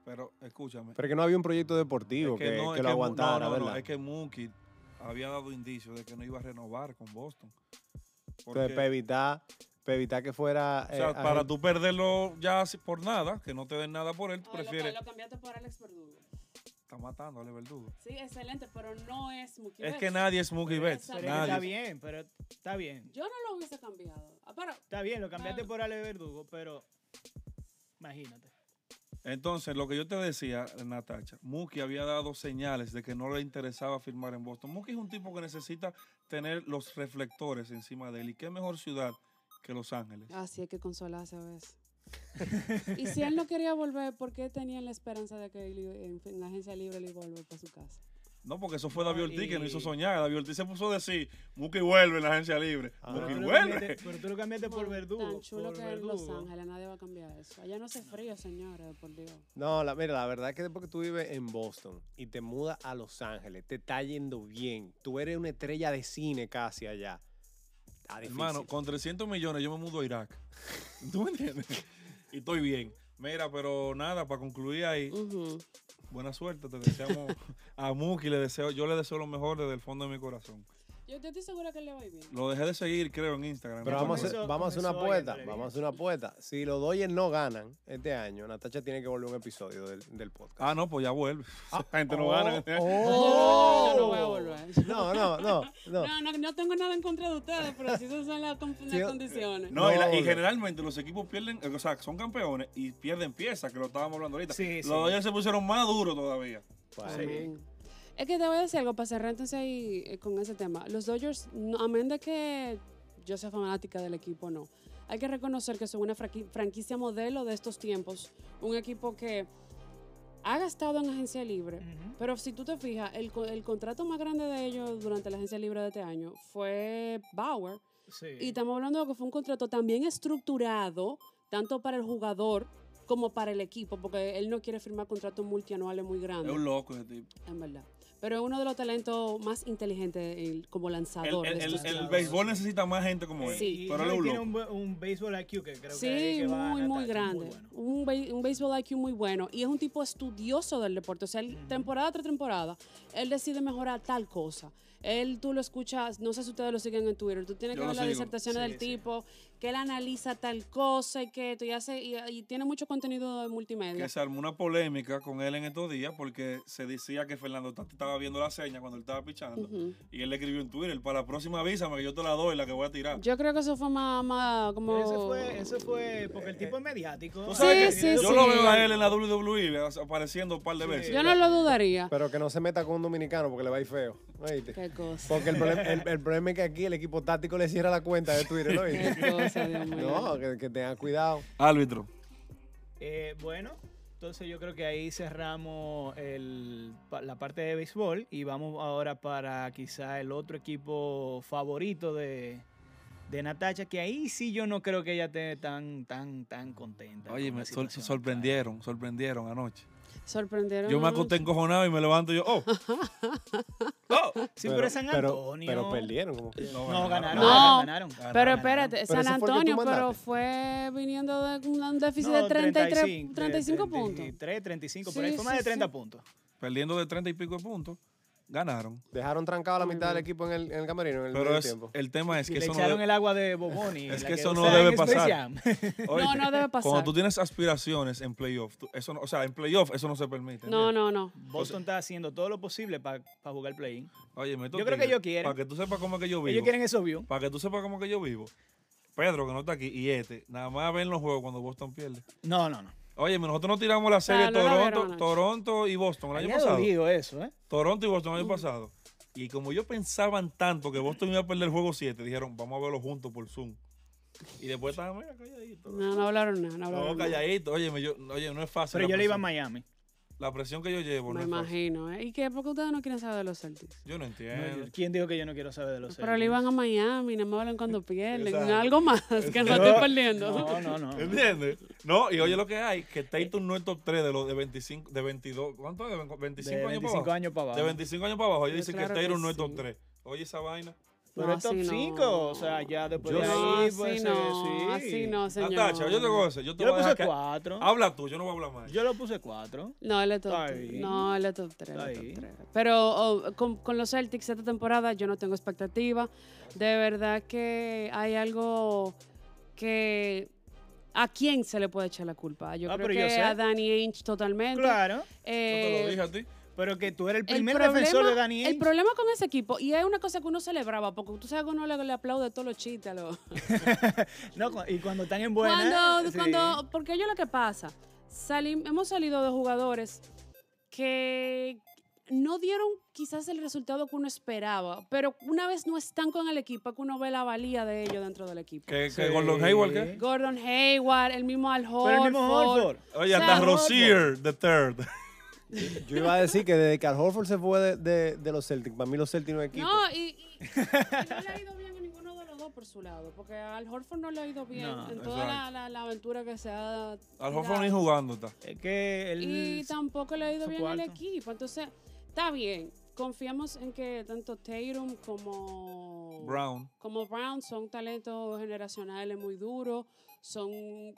Speaker 2: Pero escúchame.
Speaker 1: Pero que no había un proyecto
Speaker 2: es
Speaker 1: deportivo que,
Speaker 2: no,
Speaker 1: que
Speaker 2: es
Speaker 1: lo
Speaker 2: Mu-
Speaker 1: aguantara,
Speaker 2: no, no, no,
Speaker 1: ¿verdad?
Speaker 2: es que Mookie había dado indicios de que no iba a renovar con Boston.
Speaker 1: Entonces, para evitar, para evitar que fuera...
Speaker 2: o sea,
Speaker 1: eh,
Speaker 2: para
Speaker 1: agen-
Speaker 2: tú perderlo ya así por nada, que no te den nada por él, tú
Speaker 3: ahora lo-
Speaker 2: prefieres.
Speaker 3: lo, cambiaste por Alex Verdugo.
Speaker 2: Está matándole, verdugo.
Speaker 3: Sí, excelente, pero no es Mookie
Speaker 2: Es
Speaker 3: Betts.
Speaker 2: que nadie es Mookie
Speaker 3: Pero
Speaker 2: Betts.
Speaker 3: esa-
Speaker 4: Pero
Speaker 3: Nadie.
Speaker 4: es que está
Speaker 2: Nadie.
Speaker 4: bien, pero está bien.
Speaker 3: Yo no lo hubiese cambiado. Ah, Pero
Speaker 4: Está bien, lo cambiaste
Speaker 3: Claro.
Speaker 4: por Ale Verdugo, pero imagínate.
Speaker 2: Entonces, lo que yo te decía, Natacha, Muki había dado señales de que no le interesaba firmar en Boston. Muki es un tipo que necesita tener los reflectores encima de él. ¿Y qué mejor ciudad que Los Ángeles?
Speaker 3: Así hay Ah, que consolarse a veces. y si él no quería volver, ¿por qué tenían la esperanza de que li- en, en la agencia libre le volviera para su casa?
Speaker 2: No, porque eso fue David
Speaker 4: No,
Speaker 2: Ortiz que nos
Speaker 4: y-
Speaker 2: hizo soñar. David Ortiz se puso a decir, Muki vuelve en la agencia libre.
Speaker 1: Ah.
Speaker 4: Pero
Speaker 2: Muki
Speaker 4: tú lo
Speaker 2: vuelve.
Speaker 4: cambiaste- pero tú lo cambiaste por
Speaker 3: Bueno,
Speaker 4: verdugo.
Speaker 3: Tan chulo
Speaker 4: por
Speaker 3: que es Los
Speaker 4: verdugo.
Speaker 3: Ángeles, nadie va a cambiar eso. Allá no hace frío, señores, por Dios.
Speaker 1: No, la, mira, la verdad es que después que tú vives en Boston y te mudas a Los Ángeles, te está yendo bien. Tú eres una estrella de cine casi allá. Está difícil.
Speaker 2: Hermano, con 300 millones yo me mudo a Irak. ¿Tú me entiendes? y estoy bien. Mira, pero nada, para concluir ahí,
Speaker 3: Ujú.
Speaker 2: buena suerte. Te deseamos a Muki, le deseo, yo le deseo lo mejor desde el fondo de mi corazón.
Speaker 3: Yo te estoy segura que él le va a ir bien.
Speaker 2: Lo dejé de seguir, creo, en Instagram.
Speaker 1: Pero
Speaker 2: No
Speaker 1: vamos a,
Speaker 2: sé.
Speaker 1: hacer,
Speaker 4: Comenzó-
Speaker 1: vamos a hacer una
Speaker 4: comenzó hoy la
Speaker 1: apuesta.
Speaker 4: entrevista.
Speaker 1: Vamos a hacer una apuesta. Si los Dodgers no ganan este año, Natacha tiene que volver un episodio del, del podcast.
Speaker 2: Ah, no, pues ya vuelve. Esta gente no
Speaker 1: Oh,
Speaker 2: gana.
Speaker 1: oh.
Speaker 3: Yo no voy a volver.
Speaker 1: No, no, no. no.
Speaker 3: No, no, no tengo nada en contra de ustedes, pero si esas son las, com- las
Speaker 1: Tío,
Speaker 3: condiciones.
Speaker 2: No, y, la- y
Speaker 1: No.
Speaker 2: generalmente los equipos pierden, eh, o sea, son campeones y pierden piezas, que lo estábamos hablando ahorita.
Speaker 4: Sí,
Speaker 2: los
Speaker 4: sí.
Speaker 2: Dodgers se pusieron más duros todavía.
Speaker 1: Bueno.
Speaker 3: Amén. Es que te voy a decir algo para cerrar entonces ahí eh, con ese tema. Los Dodgers, no- amén de que yo sea fanática del equipo, no. Hay que reconocer que son una fraqui- franquicia modelo de estos tiempos. Un equipo que ha gastado en agencia libre.
Speaker 4: Ujú.
Speaker 3: Pero si tú te fijas, el, co- el contrato más grande de ellos durante la agencia libre de este año fue Bauer.
Speaker 4: Sí.
Speaker 3: Y estamos hablando de que fue un contrato también estructurado, tanto para el jugador como para el equipo, porque él no quiere firmar contratos multianuales muy
Speaker 2: Es
Speaker 3: grandes.
Speaker 2: un loco ese tipo.
Speaker 3: En verdad. Pero es uno de los talentos más inteligentes el- como
Speaker 2: El,
Speaker 3: lanzador.
Speaker 2: el-
Speaker 3: de
Speaker 2: el-
Speaker 3: estos
Speaker 2: el
Speaker 3: tiempos.
Speaker 2: béisbol necesita más gente como él.
Speaker 3: Sí.
Speaker 4: Y
Speaker 2: Pero
Speaker 4: Johnny
Speaker 2: él es un
Speaker 4: tiene
Speaker 2: loco.
Speaker 4: un, bu- un béisbol IQ que creo
Speaker 3: Sí,
Speaker 4: que, que va a
Speaker 3: muy,
Speaker 4: Natacha,
Speaker 3: muy grande.
Speaker 4: bueno.
Speaker 3: un, bei- un béisbol IQ muy bueno. Y es un tipo estudioso del deporte. O sea, él,
Speaker 4: Ujú.
Speaker 3: temporada tras temporada, él decide mejorar tal cosa. Él, tú lo escuchas, no sé si ustedes lo siguen en Twitter, tú tienes
Speaker 2: Yo
Speaker 3: que
Speaker 2: lo
Speaker 3: ver las
Speaker 2: sigo.
Speaker 3: disertaciones
Speaker 4: Sí,
Speaker 3: del
Speaker 4: sí.
Speaker 3: tipo, que él analiza tal cosa y que esto, y, hace, y, y tiene mucho contenido de multimedia.
Speaker 2: Que se armó una polémica con él en estos días porque se decía que Fernando Tati estaba viendo la seña cuando él estaba pichando.
Speaker 3: Ujú.
Speaker 2: Y él le escribió en Twitter, para la próxima avísame que yo te la doy, la que voy a tirar.
Speaker 3: Yo creo que eso fue más, más como...
Speaker 4: Eso fue, eso fue porque el tipo es mediático.
Speaker 2: ¿Tú
Speaker 3: Sí,
Speaker 2: sabes que
Speaker 3: sí,
Speaker 2: yo
Speaker 3: sí.
Speaker 2: lo veo a él en la WWE apareciendo un par de veces.
Speaker 3: Yo no lo dudaría.
Speaker 1: Pero que no se meta con un dominicano porque le va a ir feo. ¿oíste?
Speaker 3: Qué cosa.
Speaker 1: Porque el problema, el, el problema es que aquí el equipo táctico le cierra la cuenta de Twitter, ¿no?
Speaker 3: Qué cosa, Dios mío.
Speaker 1: No, que, que tengan cuidado.
Speaker 2: Árbitro.
Speaker 4: Eh, bueno, entonces yo creo que ahí cerramos el, pa- la parte de béisbol y vamos ahora para quizá el otro equipo favorito de, de Natacha, que ahí sí yo no creo que ella esté tan, tan, tan contenta.
Speaker 2: Oye,
Speaker 4: con la
Speaker 2: me sor-
Speaker 4: situación
Speaker 2: sorprendieron, sorprendieron anoche.
Speaker 3: Sorprendieron.
Speaker 2: Yo me
Speaker 3: a-
Speaker 2: acosté encojonado y me levanto y yo, oh. oh.
Speaker 4: actual. Sí, pero, es San Antonio.
Speaker 1: Pero, perdieron. como que-
Speaker 4: No, ganaron.
Speaker 3: No,
Speaker 4: ganaron,
Speaker 3: Pero
Speaker 4: ganaron.
Speaker 3: espérate,
Speaker 1: Pero
Speaker 3: San
Speaker 1: ese fue el que tú
Speaker 3: Antonio, pero
Speaker 1: mandaste.
Speaker 3: fue viniendo de un un déficit
Speaker 4: No,
Speaker 3: de 33, 35, puntos.
Speaker 4: 33, 35, por
Speaker 3: Sí,
Speaker 4: ahí fue más
Speaker 3: sí,
Speaker 4: de 30
Speaker 3: sí.
Speaker 4: puntos.
Speaker 2: Perdiendo de 30 y pico de puntos, ganaron.
Speaker 1: Dejaron trancado a la
Speaker 3: Muy
Speaker 1: mitad del
Speaker 4: Mm.
Speaker 3: bien.
Speaker 1: equipo en el, en el camerino en el
Speaker 2: Pero
Speaker 1: medio
Speaker 2: es,
Speaker 1: tiempo.
Speaker 2: el tema es
Speaker 4: Y
Speaker 2: que
Speaker 4: le
Speaker 2: eso no
Speaker 4: echaron
Speaker 2: debe-
Speaker 4: el agua de Boboni.
Speaker 2: Es
Speaker 4: la
Speaker 2: que eso no
Speaker 4: usan en
Speaker 2: debe pasar.
Speaker 4: Space Jam.
Speaker 2: Oye,
Speaker 3: No, no
Speaker 2: Cuando
Speaker 3: debe pasar.
Speaker 2: tú tienes aspiraciones en playoff, tú- eso no, o sea, en playoff eso no se permite.
Speaker 3: No, no, no.
Speaker 4: Boston está haciendo todo lo posible para jugar play-in.
Speaker 2: Oye,
Speaker 4: Yo creo que ellos quieren.
Speaker 2: Para que tú sepas cómo es que yo
Speaker 4: Ellos
Speaker 2: vivo.
Speaker 4: quieren eso view.
Speaker 2: Para que tú sepas cómo es que yo vivo. Pedro, que no está aquí, y este, nada más ven los juegos cuando Boston pierde.
Speaker 4: No, no, no.
Speaker 2: Oye, nosotros no tiramos la
Speaker 3: sea,
Speaker 2: serie
Speaker 3: no la vieron
Speaker 2: Toronto,
Speaker 3: anoche.
Speaker 2: Toronto y Boston el
Speaker 4: Ahí
Speaker 2: año
Speaker 4: ha
Speaker 2: pasado.
Speaker 4: dolido eso, ¿eh?
Speaker 2: Toronto y Boston el año pasado. Y como ellos pensaban tanto que Boston iba a perder el juego 7, dijeron, vamos a verlo juntos por Zoom. Y después estaban, mira, calladito.
Speaker 3: No, no hablaron nada, no
Speaker 2: No,
Speaker 3: hablaron nada.
Speaker 2: calladito. Oye, yo, oye, no es fácil.
Speaker 4: Pero
Speaker 2: la
Speaker 4: yo le iba a
Speaker 2: presión-
Speaker 4: Miami.
Speaker 2: La presión que yo llevo, no
Speaker 3: Me
Speaker 2: es fácil.
Speaker 3: imagino, ¿eh? ¿Y qué? ¿Por qué ustedes no quieren saber de los Celtics?
Speaker 2: Yo no entiendo.
Speaker 4: ¿Quién dijo que yo no quiero saber de los
Speaker 3: Pero le
Speaker 4: Celtics?
Speaker 3: iban a Miami, no me hablan cuando pierden.
Speaker 2: Exacto.
Speaker 3: Algo más que no
Speaker 4: No,
Speaker 3: estoy perdiendo.
Speaker 4: No, no, no.
Speaker 2: ¿Entiendes? No, y oye lo que hay, que Tatum no es top 3 de los de 25, de 22, ¿cuánto es? De 25,
Speaker 4: De
Speaker 2: años para
Speaker 4: 25
Speaker 2: abajo.
Speaker 4: años para
Speaker 2: De
Speaker 4: abajo.
Speaker 2: 25 años para abajo, ellos
Speaker 3: Pero
Speaker 2: dicen
Speaker 3: claro
Speaker 2: que
Speaker 3: que
Speaker 2: Tatum no es
Speaker 3: sí.
Speaker 2: top 3. Oye esa vaina.
Speaker 4: Pero
Speaker 3: No,
Speaker 4: es top
Speaker 3: así no.
Speaker 4: 5, o sea, ya después
Speaker 1: Yo
Speaker 4: de
Speaker 1: sí.
Speaker 3: No,
Speaker 4: ahí, pues,
Speaker 3: así
Speaker 4: eh,
Speaker 3: no,
Speaker 4: sí.
Speaker 3: así no, señor.
Speaker 2: Natacha, yo te voy a hacer, yo te
Speaker 4: Yo le
Speaker 2: voy a dejar
Speaker 4: puse
Speaker 2: que-
Speaker 4: 4.
Speaker 2: Habla tú, yo no voy a hablar más.
Speaker 4: Yo le puse 4.
Speaker 3: No, él es top
Speaker 4: Está
Speaker 3: 3.
Speaker 4: ahí.
Speaker 3: No, él es top 3.
Speaker 4: Está ahí.
Speaker 3: Pero oh, con, con los Celtics esta temporada yo no tengo expectativa. De verdad que hay algo que... ¿A quién se le puede echar la culpa? Yo
Speaker 4: Ah,
Speaker 3: creo
Speaker 4: pero yo
Speaker 3: que
Speaker 4: sé.
Speaker 3: a Danny Ainge totalmente.
Speaker 4: Claro.
Speaker 2: Yo te
Speaker 3: Eh,
Speaker 2: lo dije a ti.
Speaker 4: Pero que tú eres el
Speaker 3: el
Speaker 4: primer
Speaker 3: problema-
Speaker 4: defensor de Daniel.
Speaker 3: El problema con ese equipo, y es una cosa que uno celebraba, porque tú sabes que uno le, le aplaude todos los chistes a los...
Speaker 4: No, cu- y cuando están en buena.
Speaker 3: Cuando,
Speaker 4: sí.
Speaker 3: cuando, porque yo lo que pasa, salim- hemos salido de jugadores que no dieron quizás el resultado que uno esperaba, pero una vez no están con el equipo, es que uno ve la valía de ellos dentro del equipo.
Speaker 2: Que,
Speaker 4: Sí.
Speaker 2: que Gordon Hayward, ¿qué?
Speaker 3: Gordon Hayward, el mismo Al Horford.
Speaker 4: Pero el mismo Horford.
Speaker 2: Oye,
Speaker 3: O sea,
Speaker 2: hasta Rosier, the third.
Speaker 1: Yo iba a decir que desde que Al Horford se fue de, de- de los Celtics, para mí los Celtics no es equipo.
Speaker 3: No, y, y- y no le ha ido bien a ninguno de los dos por su lado, porque al Horford no le ha ido bien
Speaker 4: No,
Speaker 3: en toda la,
Speaker 2: exacto.
Speaker 3: la- la aventura que se ha
Speaker 2: Al Horford ni
Speaker 3: dado.
Speaker 2: jugando está.
Speaker 4: Es que el,
Speaker 3: Y tampoco le ha ido
Speaker 4: su
Speaker 3: bien al
Speaker 4: cuarto.
Speaker 3: equipo. Entonces, está bien. Confiamos en que tanto Tatum como
Speaker 2: Brown.
Speaker 3: como Brown son talentos generacionales muy duros, son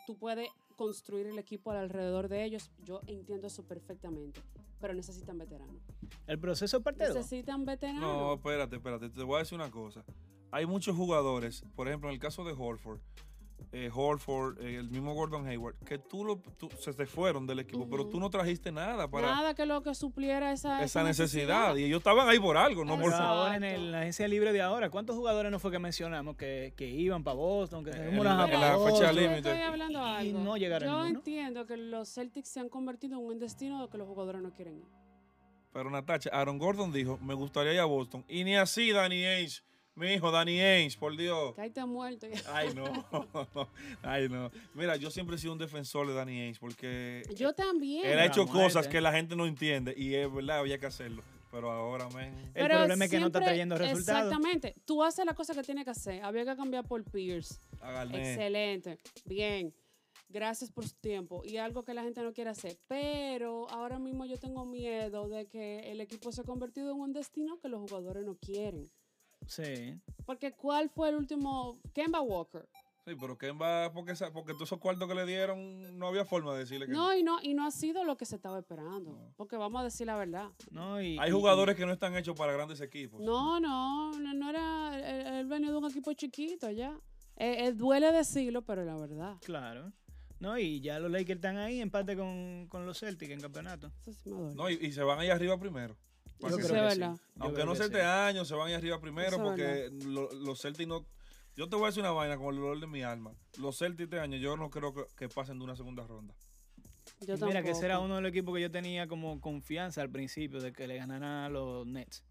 Speaker 3: tú puedes construir el equipo alrededor de ellos, yo entiendo eso perfectamente, pero necesitan veteranos.
Speaker 4: el proceso parte dos.
Speaker 3: Necesitan veteranos.
Speaker 2: No, espérate, espérate. Te voy a decir una cosa. Hay muchos jugadores, por ejemplo, en el caso de Horford, eh, Horford, eh, el mismo Gordon Hayward, que tú, lo, tú- se te fueron del equipo, pero
Speaker 3: Ujú.
Speaker 2: tú no trajiste nada para
Speaker 3: Nada que lo que supliera esa,
Speaker 2: esa necesidad. Y ellos estaban ahí por algo, no
Speaker 4: Por
Speaker 2: por
Speaker 3: Exacto.
Speaker 4: favor, en, el- la agencia libre de ahora, ¿cuántos jugadores no fue que mencionamos que, que iban para Boston, que se
Speaker 2: En
Speaker 4: rumoran
Speaker 2: la-
Speaker 4: a
Speaker 2: en la
Speaker 4: Boston?
Speaker 2: fecha
Speaker 3: Yo te
Speaker 2: límite.
Speaker 3: estoy hablando
Speaker 4: Y
Speaker 3: algo.
Speaker 4: no llegaron
Speaker 3: Yo
Speaker 4: ninguno.
Speaker 3: entiendo que los Celtics se han convertido en un destino de que los jugadores no quieren ir.
Speaker 2: Pero Natacha, Aaron Gordon dijo, me gustaría ir a Boston. Y ni así, Danny Ainge. Mi hijo, Danny Ainge, por Dios.
Speaker 3: Cállate muerto.
Speaker 2: Ay, no. Ay, no. Mira, yo siempre he sido un defensor de Danny Ainge porque
Speaker 3: Yo también.
Speaker 2: él ha
Speaker 4: la
Speaker 2: hecho
Speaker 4: muerte.
Speaker 2: cosas que la gente no entiende. Y es verdad, había que hacerlo. Pero ahora, men.
Speaker 4: El problema es que no está
Speaker 3: siempre-
Speaker 4: trayendo resultados.
Speaker 3: Exactamente. Tú haces la cosa que tienes que hacer. Había que cambiar por Pierce.
Speaker 2: a Garnett.
Speaker 3: Excelente. Bien. Gracias por su tiempo. Y algo que la gente no quiere hacer. Pero ahora mismo yo tengo miedo de que el equipo se ha convertido en un destino que los jugadores no quieren.
Speaker 4: Sí.
Speaker 3: Porque ¿cuál fue el último? Kemba Walker.
Speaker 2: Sí, pero Kemba, porque, esa- porque todos esos cuartos que le dieron, no había forma de decirle que no.
Speaker 3: No, y no, y no ha sido lo que se estaba esperando. Porque vamos a decir la verdad.
Speaker 4: No, y,
Speaker 2: Hay
Speaker 4: y-
Speaker 2: jugadores que no están hechos para grandes equipos.
Speaker 3: No, no, no no era. Él, él venía de un equipo chiquito ya. Eh, eh, duele decirlo, pero la verdad.
Speaker 4: y- claro. No, y ya los Lakers están ahí, empate con, con los Celtics en campeonato.
Speaker 3: Eso sí me duele.
Speaker 2: No, y, y se van ahí arriba primero. Para
Speaker 4: Yo
Speaker 2: que
Speaker 3: Eso
Speaker 4: creo
Speaker 3: es
Speaker 4: que sí.
Speaker 3: verdad.
Speaker 4: Yo
Speaker 2: Aunque
Speaker 4: creo
Speaker 2: no
Speaker 4: que
Speaker 2: sea este
Speaker 4: sí.
Speaker 2: año, se van ahí arriba primero
Speaker 3: Eso es
Speaker 2: porque lo- los Celtics no... Yo te voy a decir una vaina con el dolor de mi alma. Los Celtics este año yo no creo que, que pasen de una segunda ronda.
Speaker 3: Yo
Speaker 4: Y Mira, que ese era
Speaker 3: tampoco.
Speaker 4: uno de los equipos que yo tenía como confianza al principio de que le ganaran a los Nets.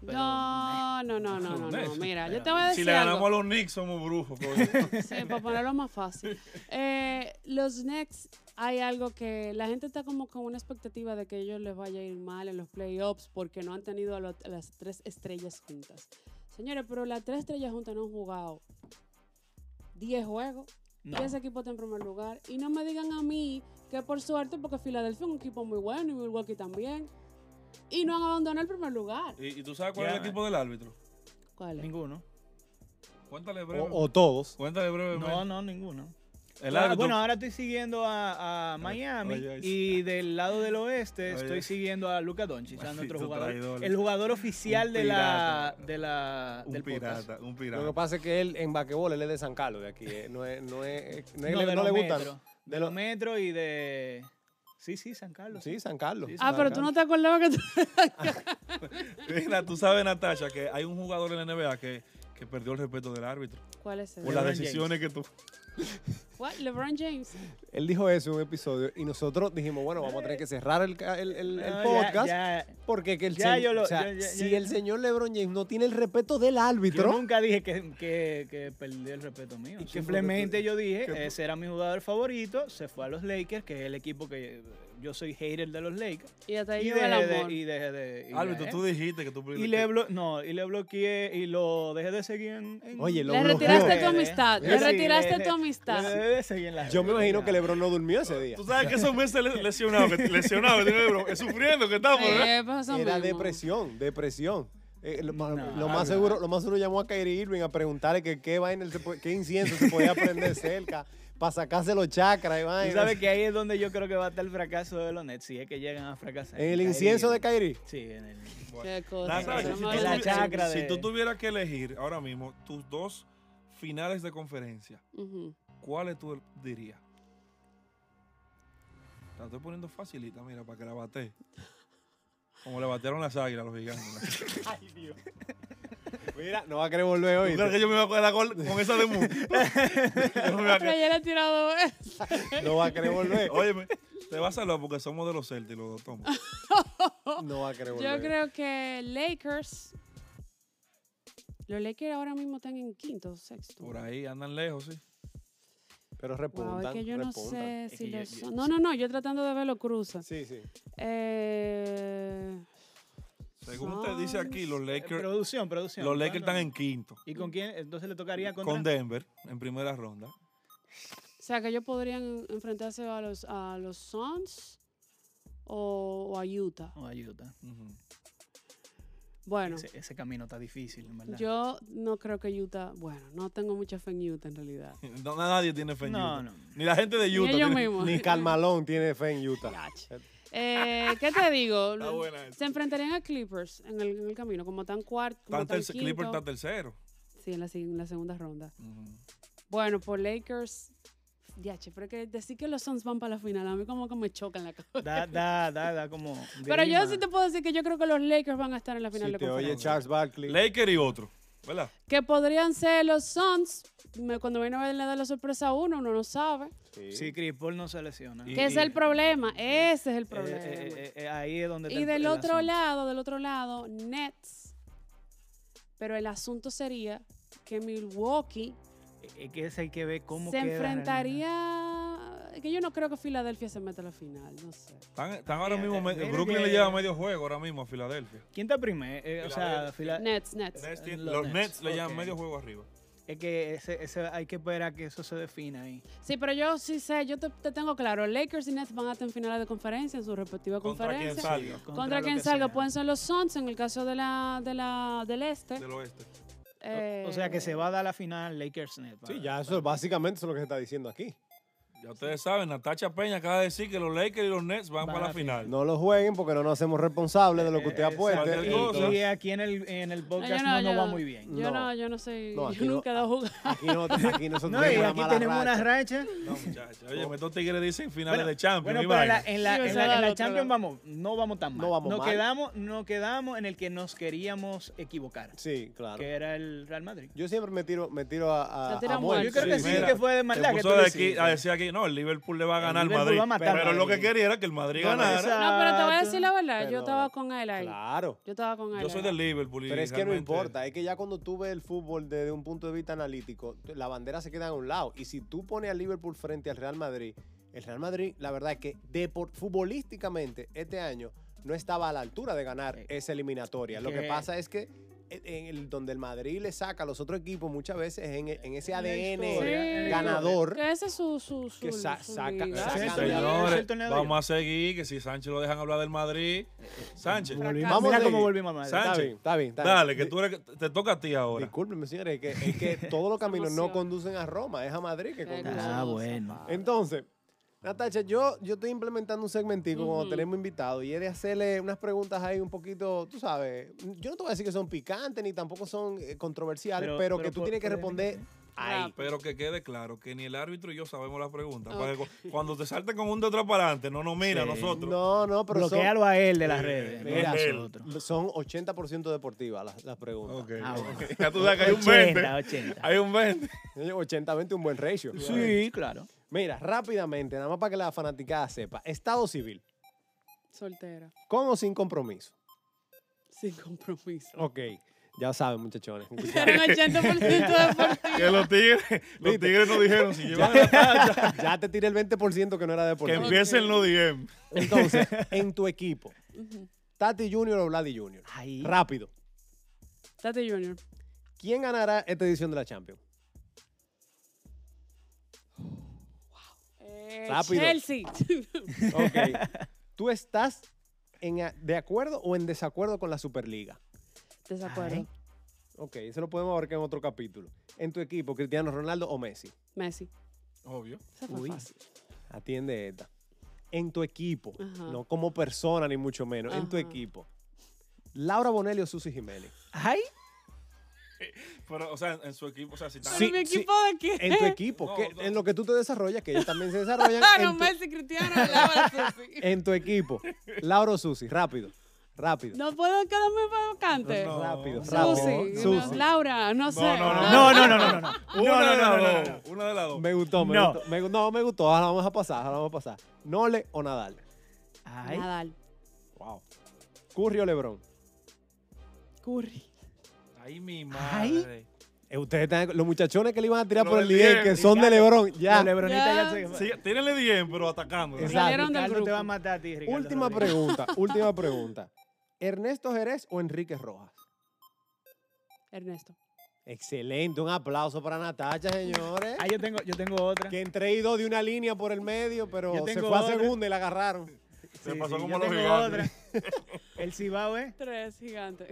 Speaker 4: pero-
Speaker 3: No, no, no, no, no, no.
Speaker 2: Pero-
Speaker 3: Mira, yo te voy a decir.
Speaker 2: Si le ganamos
Speaker 3: algo.
Speaker 2: a los Knicks somos brujos. coño.
Speaker 3: Sí, para ponerlo más fácil. Eh, los Knicks, hay algo que la gente está como con una expectativa de que ellos les vaya a ir mal en los playoffs porque no han tenido a, lo- a las tres estrellas juntas. Señores, pero las tres estrellas juntas no han jugado 10 juegos.
Speaker 4: No.
Speaker 3: Y ese equipo está en primer lugar. Y no me digan a mí que por suerte, porque Filadelfia es un equipo muy bueno y Milwaukee también. Y no han abandonado el primer lugar.
Speaker 2: y, y tú sabes cuál
Speaker 4: Ya.
Speaker 2: es el equipo del árbitro?
Speaker 3: ¿Cuál es?
Speaker 4: Ninguno.
Speaker 2: Cuéntale
Speaker 3: eh.
Speaker 2: breve.
Speaker 1: O, o todos.
Speaker 2: Cuéntale brevemente.
Speaker 4: No, no, ninguno.
Speaker 2: el
Speaker 4: Ah,
Speaker 2: árbitro.
Speaker 4: bueno, ahora estoy siguiendo a, a Miami
Speaker 2: oye, oye.
Speaker 4: y del lado del oeste
Speaker 2: Oye.
Speaker 4: estoy siguiendo a Luca Doncic, a nuestro
Speaker 2: Maldito
Speaker 4: jugador,
Speaker 2: traidor.
Speaker 4: el jugador oficial
Speaker 2: Un
Speaker 4: de la,
Speaker 2: pirata.
Speaker 4: de la
Speaker 2: un
Speaker 4: del podcast.
Speaker 2: pirata, un
Speaker 1: Lo que
Speaker 2: pirata.
Speaker 1: pasa es que él en basquetbol, él es de San Carlos, de aquí. eh. No, es, no, es, no, es-
Speaker 4: No,
Speaker 1: le,
Speaker 4: de
Speaker 1: no
Speaker 4: los
Speaker 1: le gusta.
Speaker 4: metros.
Speaker 1: De
Speaker 4: De los
Speaker 1: los-
Speaker 4: metros y de sí, sí, San Carlos.
Speaker 1: sí, San Carlos.
Speaker 4: Sí,
Speaker 3: Ah,
Speaker 1: San
Speaker 3: pero tú
Speaker 1: Carlos.
Speaker 3: no te acordabas que tú...
Speaker 2: Mira, tú sabes, Natasha, que hay un jugador en la NBA que, que perdió el respeto del árbitro.
Speaker 3: ¿Cuál es ese?
Speaker 2: Por las
Speaker 4: LeBron
Speaker 2: decisiones que tú...
Speaker 3: What? LeBron James.
Speaker 1: Él dijo eso en un episodio y nosotros dijimos, bueno, vamos a tener que cerrar el, ca- el- el- el
Speaker 4: No, ya-
Speaker 1: podcast.
Speaker 4: ya-
Speaker 1: Porque que el,
Speaker 4: Ya
Speaker 1: se-
Speaker 4: yo lo-
Speaker 1: o sea,
Speaker 4: ya- ya-
Speaker 1: si
Speaker 4: ya-
Speaker 1: el señor LeBron James no tiene el respeto del
Speaker 4: yo
Speaker 1: árbitro,
Speaker 4: nunca dije que, que, que perdí el respeto mío.
Speaker 1: ¿Y qué fue lo que
Speaker 4: Simplemente
Speaker 1: tú-
Speaker 4: yo
Speaker 1: qué tú-
Speaker 4: dije, ese era mi jugador favorito, se fue a los Lakers, que es el equipo que yo soy hater de los Lakers.
Speaker 3: Y hasta ahí
Speaker 4: Y
Speaker 3: llegó el
Speaker 4: dejé
Speaker 3: amor. Eh,
Speaker 4: de... Y dejé de y
Speaker 2: Árbitro,
Speaker 4: ya, ¿eh?
Speaker 2: tú dijiste que tú
Speaker 4: Y le, blo- no, y le bloqueé y lo dejé de seguir en... en-
Speaker 1: Oye, lo
Speaker 3: Le
Speaker 1: bloqueó.
Speaker 3: retiraste
Speaker 4: Eh,
Speaker 3: tu amistad. Le
Speaker 4: sí,
Speaker 3: retiraste
Speaker 4: le-
Speaker 3: tu
Speaker 4: lo
Speaker 3: amistad.
Speaker 4: dejé de seguir en las
Speaker 1: yo me
Speaker 4: redes,
Speaker 1: imagino
Speaker 4: ya.
Speaker 1: que LeBron no durmió ese día.
Speaker 2: Tú sabes que esos meses le- lesionado, que lesionado, que tiene, bro, es sufriendo que estamos, ¿eh?
Speaker 3: Eh, pues eso
Speaker 1: Era
Speaker 3: mismo.
Speaker 1: depresión, depresión. Eh, lo, ma-
Speaker 4: No,
Speaker 1: lo más
Speaker 4: no.
Speaker 1: seguro, lo más seguro llamó a Kyrie Irving a preguntarle que qué vaina él se po- qué incienso se podía prender cerca para sacarse los chakras y
Speaker 4: Tú
Speaker 1: vaina.
Speaker 4: sabes que ahí es donde yo creo que va a estar el fracaso de los Nets, si es que llegan a fracasar.
Speaker 1: En el
Speaker 4: Kyrie
Speaker 1: incienso de
Speaker 4: Irving.
Speaker 1: Kyrie.
Speaker 4: Sí, en el...
Speaker 3: Qué cosa.
Speaker 2: Nada,
Speaker 4: Nazario,
Speaker 3: no
Speaker 2: si
Speaker 3: me
Speaker 2: tú
Speaker 4: en la
Speaker 3: hables de
Speaker 2: tuvi-
Speaker 4: chacra
Speaker 2: si
Speaker 4: de-
Speaker 2: tú tuvieras que elegir ahora mismo tus dos finales de conferencia,
Speaker 3: eso. Ujú.
Speaker 2: ¿cuáles tú dirías? Te La estoy poniendo facilita, mira, para que la bate. Como le batearon las águilas a los gigantes.
Speaker 1: Mira, no va a querer volver hoy.
Speaker 2: Claro que yo me iba a coger la gol con esa de Mu. Yo me iba a
Speaker 3: Pero
Speaker 2: quedar-
Speaker 3: ya le he tirado eso.
Speaker 1: No va a querer volver.
Speaker 2: Óyeme, te vas a salvar porque somos de los Celtics, los dos tomos.
Speaker 4: Oh,
Speaker 1: No va a querer volver.
Speaker 3: Yo creo que Lakers. Los Lakers ahora mismo están en quinto, sexto.
Speaker 2: Por ahí andan lejos, sí.
Speaker 1: Pero
Speaker 3: Wow,
Speaker 1: repuntan.
Speaker 3: es que yo no
Speaker 1: repuntan.
Speaker 3: sé
Speaker 4: Es
Speaker 3: si
Speaker 4: que yo-
Speaker 3: lo
Speaker 4: yo-
Speaker 3: son. No, no, no, yo tratando de ver los cruzas.
Speaker 1: Sí, sí.
Speaker 3: Eh,
Speaker 2: Según usted dice aquí, los
Speaker 4: Eh,
Speaker 2: Lakers,
Speaker 4: producción, producción.
Speaker 2: los Lakers están
Speaker 4: ¿Cuándo?
Speaker 2: en quinto.
Speaker 4: ¿Y con quién? Entonces le tocaría contra...
Speaker 2: Con Denver, en primera ronda.
Speaker 3: O sea, que ellos podrían enfrentarse a los, a los Suns o, o a Utah.
Speaker 4: Oh, ayuda.
Speaker 2: Ujú.
Speaker 3: Bueno,
Speaker 4: Ese, ese camino está difícil, en verdad.
Speaker 3: yo no creo que Utah. Bueno, no tengo mucha fe en Utah en realidad.
Speaker 2: No, nadie tiene fe en
Speaker 4: No,
Speaker 2: Utah.
Speaker 4: no.
Speaker 2: Ni la gente de
Speaker 3: Ni
Speaker 2: Utah.
Speaker 3: ellos
Speaker 2: tiene-
Speaker 3: mismos.
Speaker 1: Ni Carmalón tiene fe en Utah.
Speaker 3: Yach. Eh, ¿Qué te digo?
Speaker 2: Está buena esa.
Speaker 3: Se enfrentarían a Clippers en el, en el camino, como tan cuarto, como
Speaker 2: Tan
Speaker 3: tan
Speaker 2: terce- Clippers
Speaker 3: quinto.
Speaker 2: está tercero.
Speaker 3: Sí, en la, sig- en la segunda ronda.
Speaker 2: Ujú.
Speaker 3: Bueno, por Lakers, ya, pero que decir que los Suns van para la final, a mí como que me choca en la cabeza.
Speaker 4: Da, da, da, da como...
Speaker 3: Pero yo
Speaker 4: grima.
Speaker 3: sí te puedo decir que yo creo que los Lakers van a estar en la final
Speaker 1: Si
Speaker 3: de
Speaker 1: te oye
Speaker 3: conferencia.
Speaker 1: Charles Barkley.
Speaker 2: Lakers y otro, ¿verdad?
Speaker 3: que podrían ser los Suns. Me- Cuando viene a ver le da la sorpresa a uno, uno no sabe.
Speaker 4: Si Chris Paul no se lesiona.
Speaker 2: Y-
Speaker 3: ¿Qué es el problema? Ese es el
Speaker 4: Eh, eh,
Speaker 3: problema.
Speaker 4: eh, eh, ahí es donde está
Speaker 3: y
Speaker 4: el-
Speaker 3: del
Speaker 4: el
Speaker 3: otro
Speaker 4: asunto.
Speaker 3: lado, del otro lado, Nets. Pero el asunto sería que Milwaukee
Speaker 4: Es E, que ese hay que ver cómo
Speaker 3: se
Speaker 4: queda
Speaker 3: enfrentaría. Que yo no creo que Filadelfia se meta a la final, no sé.
Speaker 2: Están, están ahora
Speaker 4: Mira,
Speaker 2: mismo. me-
Speaker 4: mira
Speaker 2: Brooklyn
Speaker 4: que-
Speaker 2: le lleva medio juego ahora mismo a Filadelfia.
Speaker 4: ¿Quién está primero? Eh, o sea, Fila-
Speaker 3: Nets, Nets.
Speaker 2: Nets tiene-
Speaker 4: los
Speaker 2: los
Speaker 4: Nets,
Speaker 2: Nets, le llevan
Speaker 4: ok.
Speaker 2: medio juego arriba.
Speaker 4: es que ese, ese hay que esperar a que eso se defina ahí.
Speaker 3: Sí, pero yo sí sé, yo te, te tengo claro. Lakers y Nets van a estar en finales de conferencia, en su respectiva
Speaker 2: Contra quien
Speaker 3: conferencia.
Speaker 2: salga
Speaker 3: Contra,
Speaker 4: lo
Speaker 3: quien
Speaker 4: que
Speaker 3: salga
Speaker 4: sea.
Speaker 3: pueden ser los Suns en el caso de la, de la, del este.
Speaker 2: del oeste.
Speaker 3: eh,
Speaker 4: O- O sea, que se va a dar la final Lakers Net.
Speaker 1: Sí, ya eso es básicamente eso es lo que se está diciendo aquí.
Speaker 2: Ya ustedes saben, Natacha Peña acaba de decir que los Lakers y los Nets van
Speaker 4: Van
Speaker 2: para
Speaker 4: a
Speaker 2: la
Speaker 4: la
Speaker 2: final.
Speaker 1: No lo jueguen porque no nos hacemos responsables de lo que
Speaker 4: Eh,
Speaker 1: usted apueste.
Speaker 2: cualquier cosa.
Speaker 1: Entonces,
Speaker 4: Y aquí en el, en el
Speaker 3: No, yo
Speaker 4: podcast
Speaker 3: no,
Speaker 4: no, nos
Speaker 3: yo-
Speaker 4: va muy bien.
Speaker 3: Yo no,
Speaker 1: No.
Speaker 3: yo no soy.
Speaker 1: No,
Speaker 3: yo
Speaker 1: aquí no-
Speaker 3: nunca he dado jugar.
Speaker 1: Aquí, no, aquí nosotros
Speaker 4: No,
Speaker 1: tenemos,
Speaker 4: y aquí
Speaker 1: una, mala
Speaker 4: tenemos
Speaker 1: racha.
Speaker 4: una racha.
Speaker 2: No, muchachos. Oye, me estos tigres dicen finales de Champions.
Speaker 4: Bueno,
Speaker 2: mi
Speaker 4: pero en la,
Speaker 2: vaina.
Speaker 4: en la,
Speaker 3: Sí,
Speaker 4: en
Speaker 3: eso
Speaker 4: la-
Speaker 3: da
Speaker 4: en la
Speaker 3: otro
Speaker 4: Champions
Speaker 3: lado.
Speaker 4: vamos, no vamos tan mal.
Speaker 1: No vamos
Speaker 4: nos
Speaker 1: mal.
Speaker 4: Quedamos, nos quedamos en el que nos queríamos equivocar,
Speaker 1: Sí, claro.
Speaker 4: que era el Real Madrid.
Speaker 1: Yo siempre me tiro, me tiro a, a,
Speaker 3: Se tira
Speaker 1: a
Speaker 3: muerto.
Speaker 1: muerte.
Speaker 4: Yo creo que Ah, sí,
Speaker 2: mira,
Speaker 4: que fue de
Speaker 2: Se
Speaker 4: maldad que
Speaker 2: puso
Speaker 4: tú
Speaker 2: de
Speaker 4: lo
Speaker 2: aquí,
Speaker 4: hiciste.
Speaker 2: a decir aquí, no, el Liverpool le va a ganar al
Speaker 4: Liverpool
Speaker 2: Madrid.
Speaker 4: va a matar
Speaker 2: pero
Speaker 4: al
Speaker 2: lo que
Speaker 4: Madrid.
Speaker 2: quería era que el Madrid
Speaker 4: No, no,
Speaker 2: ganara.
Speaker 4: esa-
Speaker 3: No, pero te voy a
Speaker 4: Exacto.
Speaker 3: decir la verdad.
Speaker 1: Pero-
Speaker 3: yo estaba con él ahí.
Speaker 1: Claro.
Speaker 3: Yo estaba con él.
Speaker 2: Yo soy del Liverpool. y
Speaker 1: Pero es que no
Speaker 2: realmente-
Speaker 1: importa, es que ya cuando tú ves el fútbol desde un punto de vista analítico, la bandera se queda a un lado. Y si tú pones al Liverpool frente al Real Madrid, el Real Madrid, la verdad es que depor- futbolísticamente este año no estaba a la altura de ganar
Speaker 4: Eh,
Speaker 1: esa eliminatoria. Lo
Speaker 4: que-
Speaker 1: que pasa es que en- en el, donde el Madrid le saca a los otros equipos muchas veces en, e, en ese
Speaker 4: la
Speaker 1: ADN
Speaker 4: historia,
Speaker 3: en la
Speaker 1: ganador.
Speaker 3: Que ese es su. su, su,
Speaker 1: Que sa-
Speaker 3: su
Speaker 1: saca-
Speaker 3: liga.
Speaker 1: saca-
Speaker 2: Sí,
Speaker 1: Ganando.
Speaker 4: Es el
Speaker 2: Señores,
Speaker 4: torneo de Eh,
Speaker 2: vamos a seguir, que si Sánchez lo dejan hablar del Madrid. Sánchez,
Speaker 3: Fracaso.
Speaker 1: Vamos
Speaker 4: Mira
Speaker 1: a
Speaker 4: cómo
Speaker 1: seguir.
Speaker 4: volvimos a Madrid.
Speaker 2: Sánchez.
Speaker 1: Está bien, está bien. está bien.
Speaker 2: dale, que tú eres- te toca a ti ahora.
Speaker 1: Discúlpenme, señores, es que, es que todos los caminos no
Speaker 3: Emoción.
Speaker 1: conducen a Roma, es a Madrid que
Speaker 3: Qué
Speaker 1: conduce.
Speaker 4: Ah,
Speaker 3: cosa,
Speaker 4: bueno.
Speaker 3: padre.
Speaker 1: Entonces, Natacha, yo, yo estoy implementando un segmentico cuando
Speaker 3: Ujú.
Speaker 1: tenemos invitados y es de hacerle unas preguntas ahí un poquito, tú sabes, yo no te voy a decir que son picantes ni tampoco son eh, controversiales, pero,
Speaker 4: Pero- pero
Speaker 1: que tú
Speaker 4: por-
Speaker 1: tienes que
Speaker 4: por
Speaker 1: responder ahí.
Speaker 3: Rápido.
Speaker 2: Pero que quede claro que ni el árbitro y yo sabemos la pregunta. Para que cu- cuando te salten con un detrás para adelante, no nos mira a
Speaker 4: Sí.
Speaker 2: nosotros.
Speaker 1: No, no, pero son,
Speaker 4: Bloquealo a él de las
Speaker 2: Eh,
Speaker 4: redes. no
Speaker 1: mira,
Speaker 4: a nosotros.
Speaker 1: son 80% deportivas las, las preguntas.
Speaker 2: Ok.
Speaker 4: Ah, bueno.
Speaker 2: ya tú sabes que hay un
Speaker 4: 80,
Speaker 2: 20.
Speaker 4: 80.
Speaker 2: Hay un 20.
Speaker 1: 80-20 un buen ratio.
Speaker 4: Sí, claro.
Speaker 1: Mira, rápidamente, nada más para que la fanaticada sepa, estado civil,
Speaker 3: Soltera.
Speaker 1: con o sin compromiso.
Speaker 3: Sin compromiso.
Speaker 1: Ok, ya saben muchachones.
Speaker 3: Era un 80% de partido.
Speaker 2: Que los tigres, los
Speaker 1: Viste.
Speaker 2: tigres nos dijeron, si llevan la tacha,
Speaker 1: ya te tiré el 20% que no era
Speaker 2: que
Speaker 1: deportivo.
Speaker 2: empiecen los DM.
Speaker 1: Entonces, en tu equipo,
Speaker 3: Ujú.
Speaker 1: Tati Junior o Vladi Junior.
Speaker 4: Ahí.
Speaker 1: Rápido.
Speaker 3: Tati Junior.
Speaker 1: ¿Quién ganará esta edición de la Champions?
Speaker 3: Eh,
Speaker 1: Rápido.
Speaker 3: Chelsea.
Speaker 1: Ok. ¿Tú estás en a- de acuerdo o en desacuerdo con la Superliga?
Speaker 3: Desacuerdo.
Speaker 4: Ay.
Speaker 1: Ok, eso lo podemos abarcar en otro capítulo. En tu equipo, Cristiano Ronaldo o Messi.
Speaker 3: Messi.
Speaker 2: Obvio.
Speaker 3: Esa fue
Speaker 4: Uy.
Speaker 3: fácil.
Speaker 1: Atiende esta. En tu equipo,
Speaker 3: Ajá.
Speaker 1: no como persona ni mucho menos, en tu
Speaker 3: Ajá.
Speaker 1: equipo. Laura Bonelli o Susi Jiménez.
Speaker 4: Ay,
Speaker 2: Pero, o sea, en su equipo, o sea, si están...
Speaker 3: Pero
Speaker 1: Sí,
Speaker 3: mi
Speaker 1: sí. Eh,
Speaker 3: equipo de qué?
Speaker 1: En tu equipo,
Speaker 2: No,
Speaker 1: que-
Speaker 2: no.
Speaker 1: en lo que tú te desarrollas, que ellos también se desarrollan.
Speaker 3: Ah,
Speaker 1: en Eh,
Speaker 3: no,
Speaker 1: tu-
Speaker 3: Messi, Cristiano, la Susi.
Speaker 1: en tu equipo, Lauro Susi, rápido. Rápido.
Speaker 3: No puedo quedarme vacante.
Speaker 2: No,
Speaker 1: Rápido,
Speaker 3: Susi,
Speaker 1: rápido.
Speaker 3: no, Laura, no sé.
Speaker 2: no, no.
Speaker 3: Ah,
Speaker 4: No, no, no, no, no. No,
Speaker 2: Una
Speaker 4: no,
Speaker 2: de
Speaker 4: no,
Speaker 2: las
Speaker 4: no, no,
Speaker 2: dos.
Speaker 4: no.
Speaker 2: Una de las dos.
Speaker 1: Me gustó, me
Speaker 4: No.
Speaker 1: gustó. Me, gu- no, me gustó. Ahora vamos a pasar, ahora vamos a pasar. Nole o Nadal.
Speaker 4: Ay,
Speaker 3: Nadal,
Speaker 1: Wow. Curry o Lebron.
Speaker 3: Curry.
Speaker 2: Ay, mi
Speaker 4: Ay.
Speaker 2: madre.
Speaker 1: Eh, ustedes están- los muchachones que le iban a tirar
Speaker 2: Lo
Speaker 1: por el
Speaker 2: del
Speaker 1: 10, que
Speaker 2: diez,
Speaker 1: son de
Speaker 4: Ricardo.
Speaker 1: Lebron. Ya.
Speaker 4: La Lebronita ya
Speaker 3: Ya.
Speaker 4: se...
Speaker 2: Sí, tírenle 10, pero atacando.
Speaker 1: Exacto.
Speaker 3: Salieron del
Speaker 4: Ricardo te va a
Speaker 3: grupo.
Speaker 4: matar a ti, Ricardo
Speaker 1: última
Speaker 4: Rodríguez.
Speaker 1: pregunta, última pregunta. ¿Ernesto Jerez o Enrique Rojas?
Speaker 3: Ernesto.
Speaker 1: Excelente, un aplauso para Natacha, señores.
Speaker 4: Ah, yo tengo, yo tengo otra.
Speaker 1: Que entre y dos de una línea por el medio, pero
Speaker 4: Yo
Speaker 1: se
Speaker 4: tengo
Speaker 1: fue a
Speaker 4: otra.
Speaker 1: segunda y la agarraron.
Speaker 2: Se pasó como
Speaker 4: yo
Speaker 2: los
Speaker 4: tengo
Speaker 2: gigantes.
Speaker 4: otra. El Cibao es...
Speaker 3: Tres gigantes.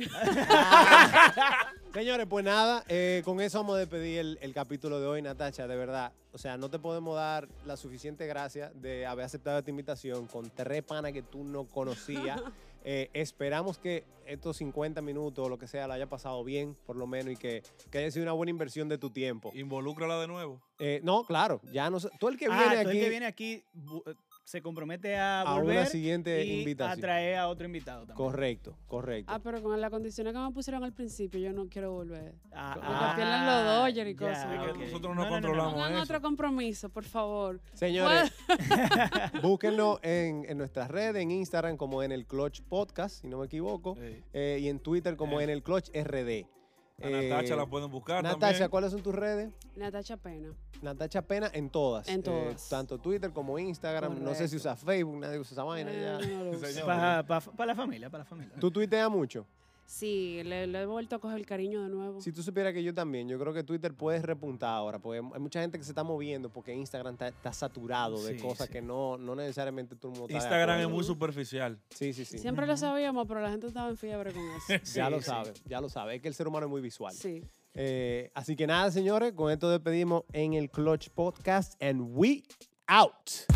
Speaker 1: Señores, pues nada, eh, con eso vamos a despedir el, el capítulo de hoy, Natacha, de verdad. O sea, no te podemos dar la suficiente gracia de haber aceptado esta invitación con tres panas que tú no conocías. Eh, esperamos que estos 50 minutos o lo que sea lo haya pasado bien, por lo menos, y que, que haya sido una buena inversión de tu tiempo.
Speaker 2: Involúcrala de nuevo.
Speaker 1: Eh, no, claro, ya no sé. Tú el que
Speaker 4: Ah,
Speaker 1: viene
Speaker 4: todo
Speaker 1: aquí
Speaker 4: el que viene aquí bu- eh, se compromete a
Speaker 1: a
Speaker 4: volver
Speaker 1: una siguiente
Speaker 4: y
Speaker 1: invitación.
Speaker 4: a traer a otro invitado también.
Speaker 1: Correcto, correcto.
Speaker 3: Ah, pero con las condiciones que me pusieron al principio, yo no quiero volver.
Speaker 4: Ah,
Speaker 1: Porque
Speaker 4: ah,
Speaker 3: pierden los Dodgers y
Speaker 4: ya,
Speaker 3: cosas, ¿no?
Speaker 4: ok.
Speaker 2: Nosotros no controlamos. Vamos
Speaker 3: Pongan
Speaker 2: a eso.
Speaker 3: otro compromiso, por favor.
Speaker 1: Señores, búsquenlo en, en nuestras redes, en Instagram como en el Clutch Podcast, si no me equivoco,
Speaker 2: Eh,
Speaker 1: eh, y en Twitter como
Speaker 2: Eh.
Speaker 1: en el Clutch RD.
Speaker 2: a
Speaker 1: Eh,
Speaker 2: Natacha la pueden buscar
Speaker 1: Natacha,
Speaker 2: también.
Speaker 1: ¿cuáles son tus redes?
Speaker 3: Natacha Pena.
Speaker 1: Natacha Pena en todas.
Speaker 3: En
Speaker 1: eh,
Speaker 3: todas.
Speaker 1: tanto Twitter como Instagram. No sé si
Speaker 4: Correcto.
Speaker 1: usas Facebook, nadie usa esa vaina. ya.
Speaker 3: Eh, no lo uso.
Speaker 2: Señor.
Speaker 4: Para la familia, para la familia.
Speaker 1: ¿Tú tuiteas mucho?
Speaker 3: Sí, le, le he vuelto a coger el cariño de nuevo.
Speaker 1: Si tú supieras que yo también, yo creo que Twitter puede repuntar ahora, porque hay mucha gente que se está moviendo porque Instagram está, está saturado de
Speaker 4: Sí,
Speaker 1: cosas
Speaker 4: sí.
Speaker 1: que no, no necesariamente todo el mundo está de
Speaker 2: Instagram es
Speaker 1: acuerdo.
Speaker 2: muy superficial.
Speaker 1: Sí, sí, sí.
Speaker 3: Siempre lo sabíamos, pero la gente estaba en fiebre con eso.
Speaker 1: Ya
Speaker 4: Sí,
Speaker 1: lo
Speaker 4: sí.
Speaker 1: sabe, ya lo sabe. Es que el ser humano es muy visual.
Speaker 3: Sí.
Speaker 1: Eh, así que nada, señores, con esto despedimos en el Clutch Podcast and we out.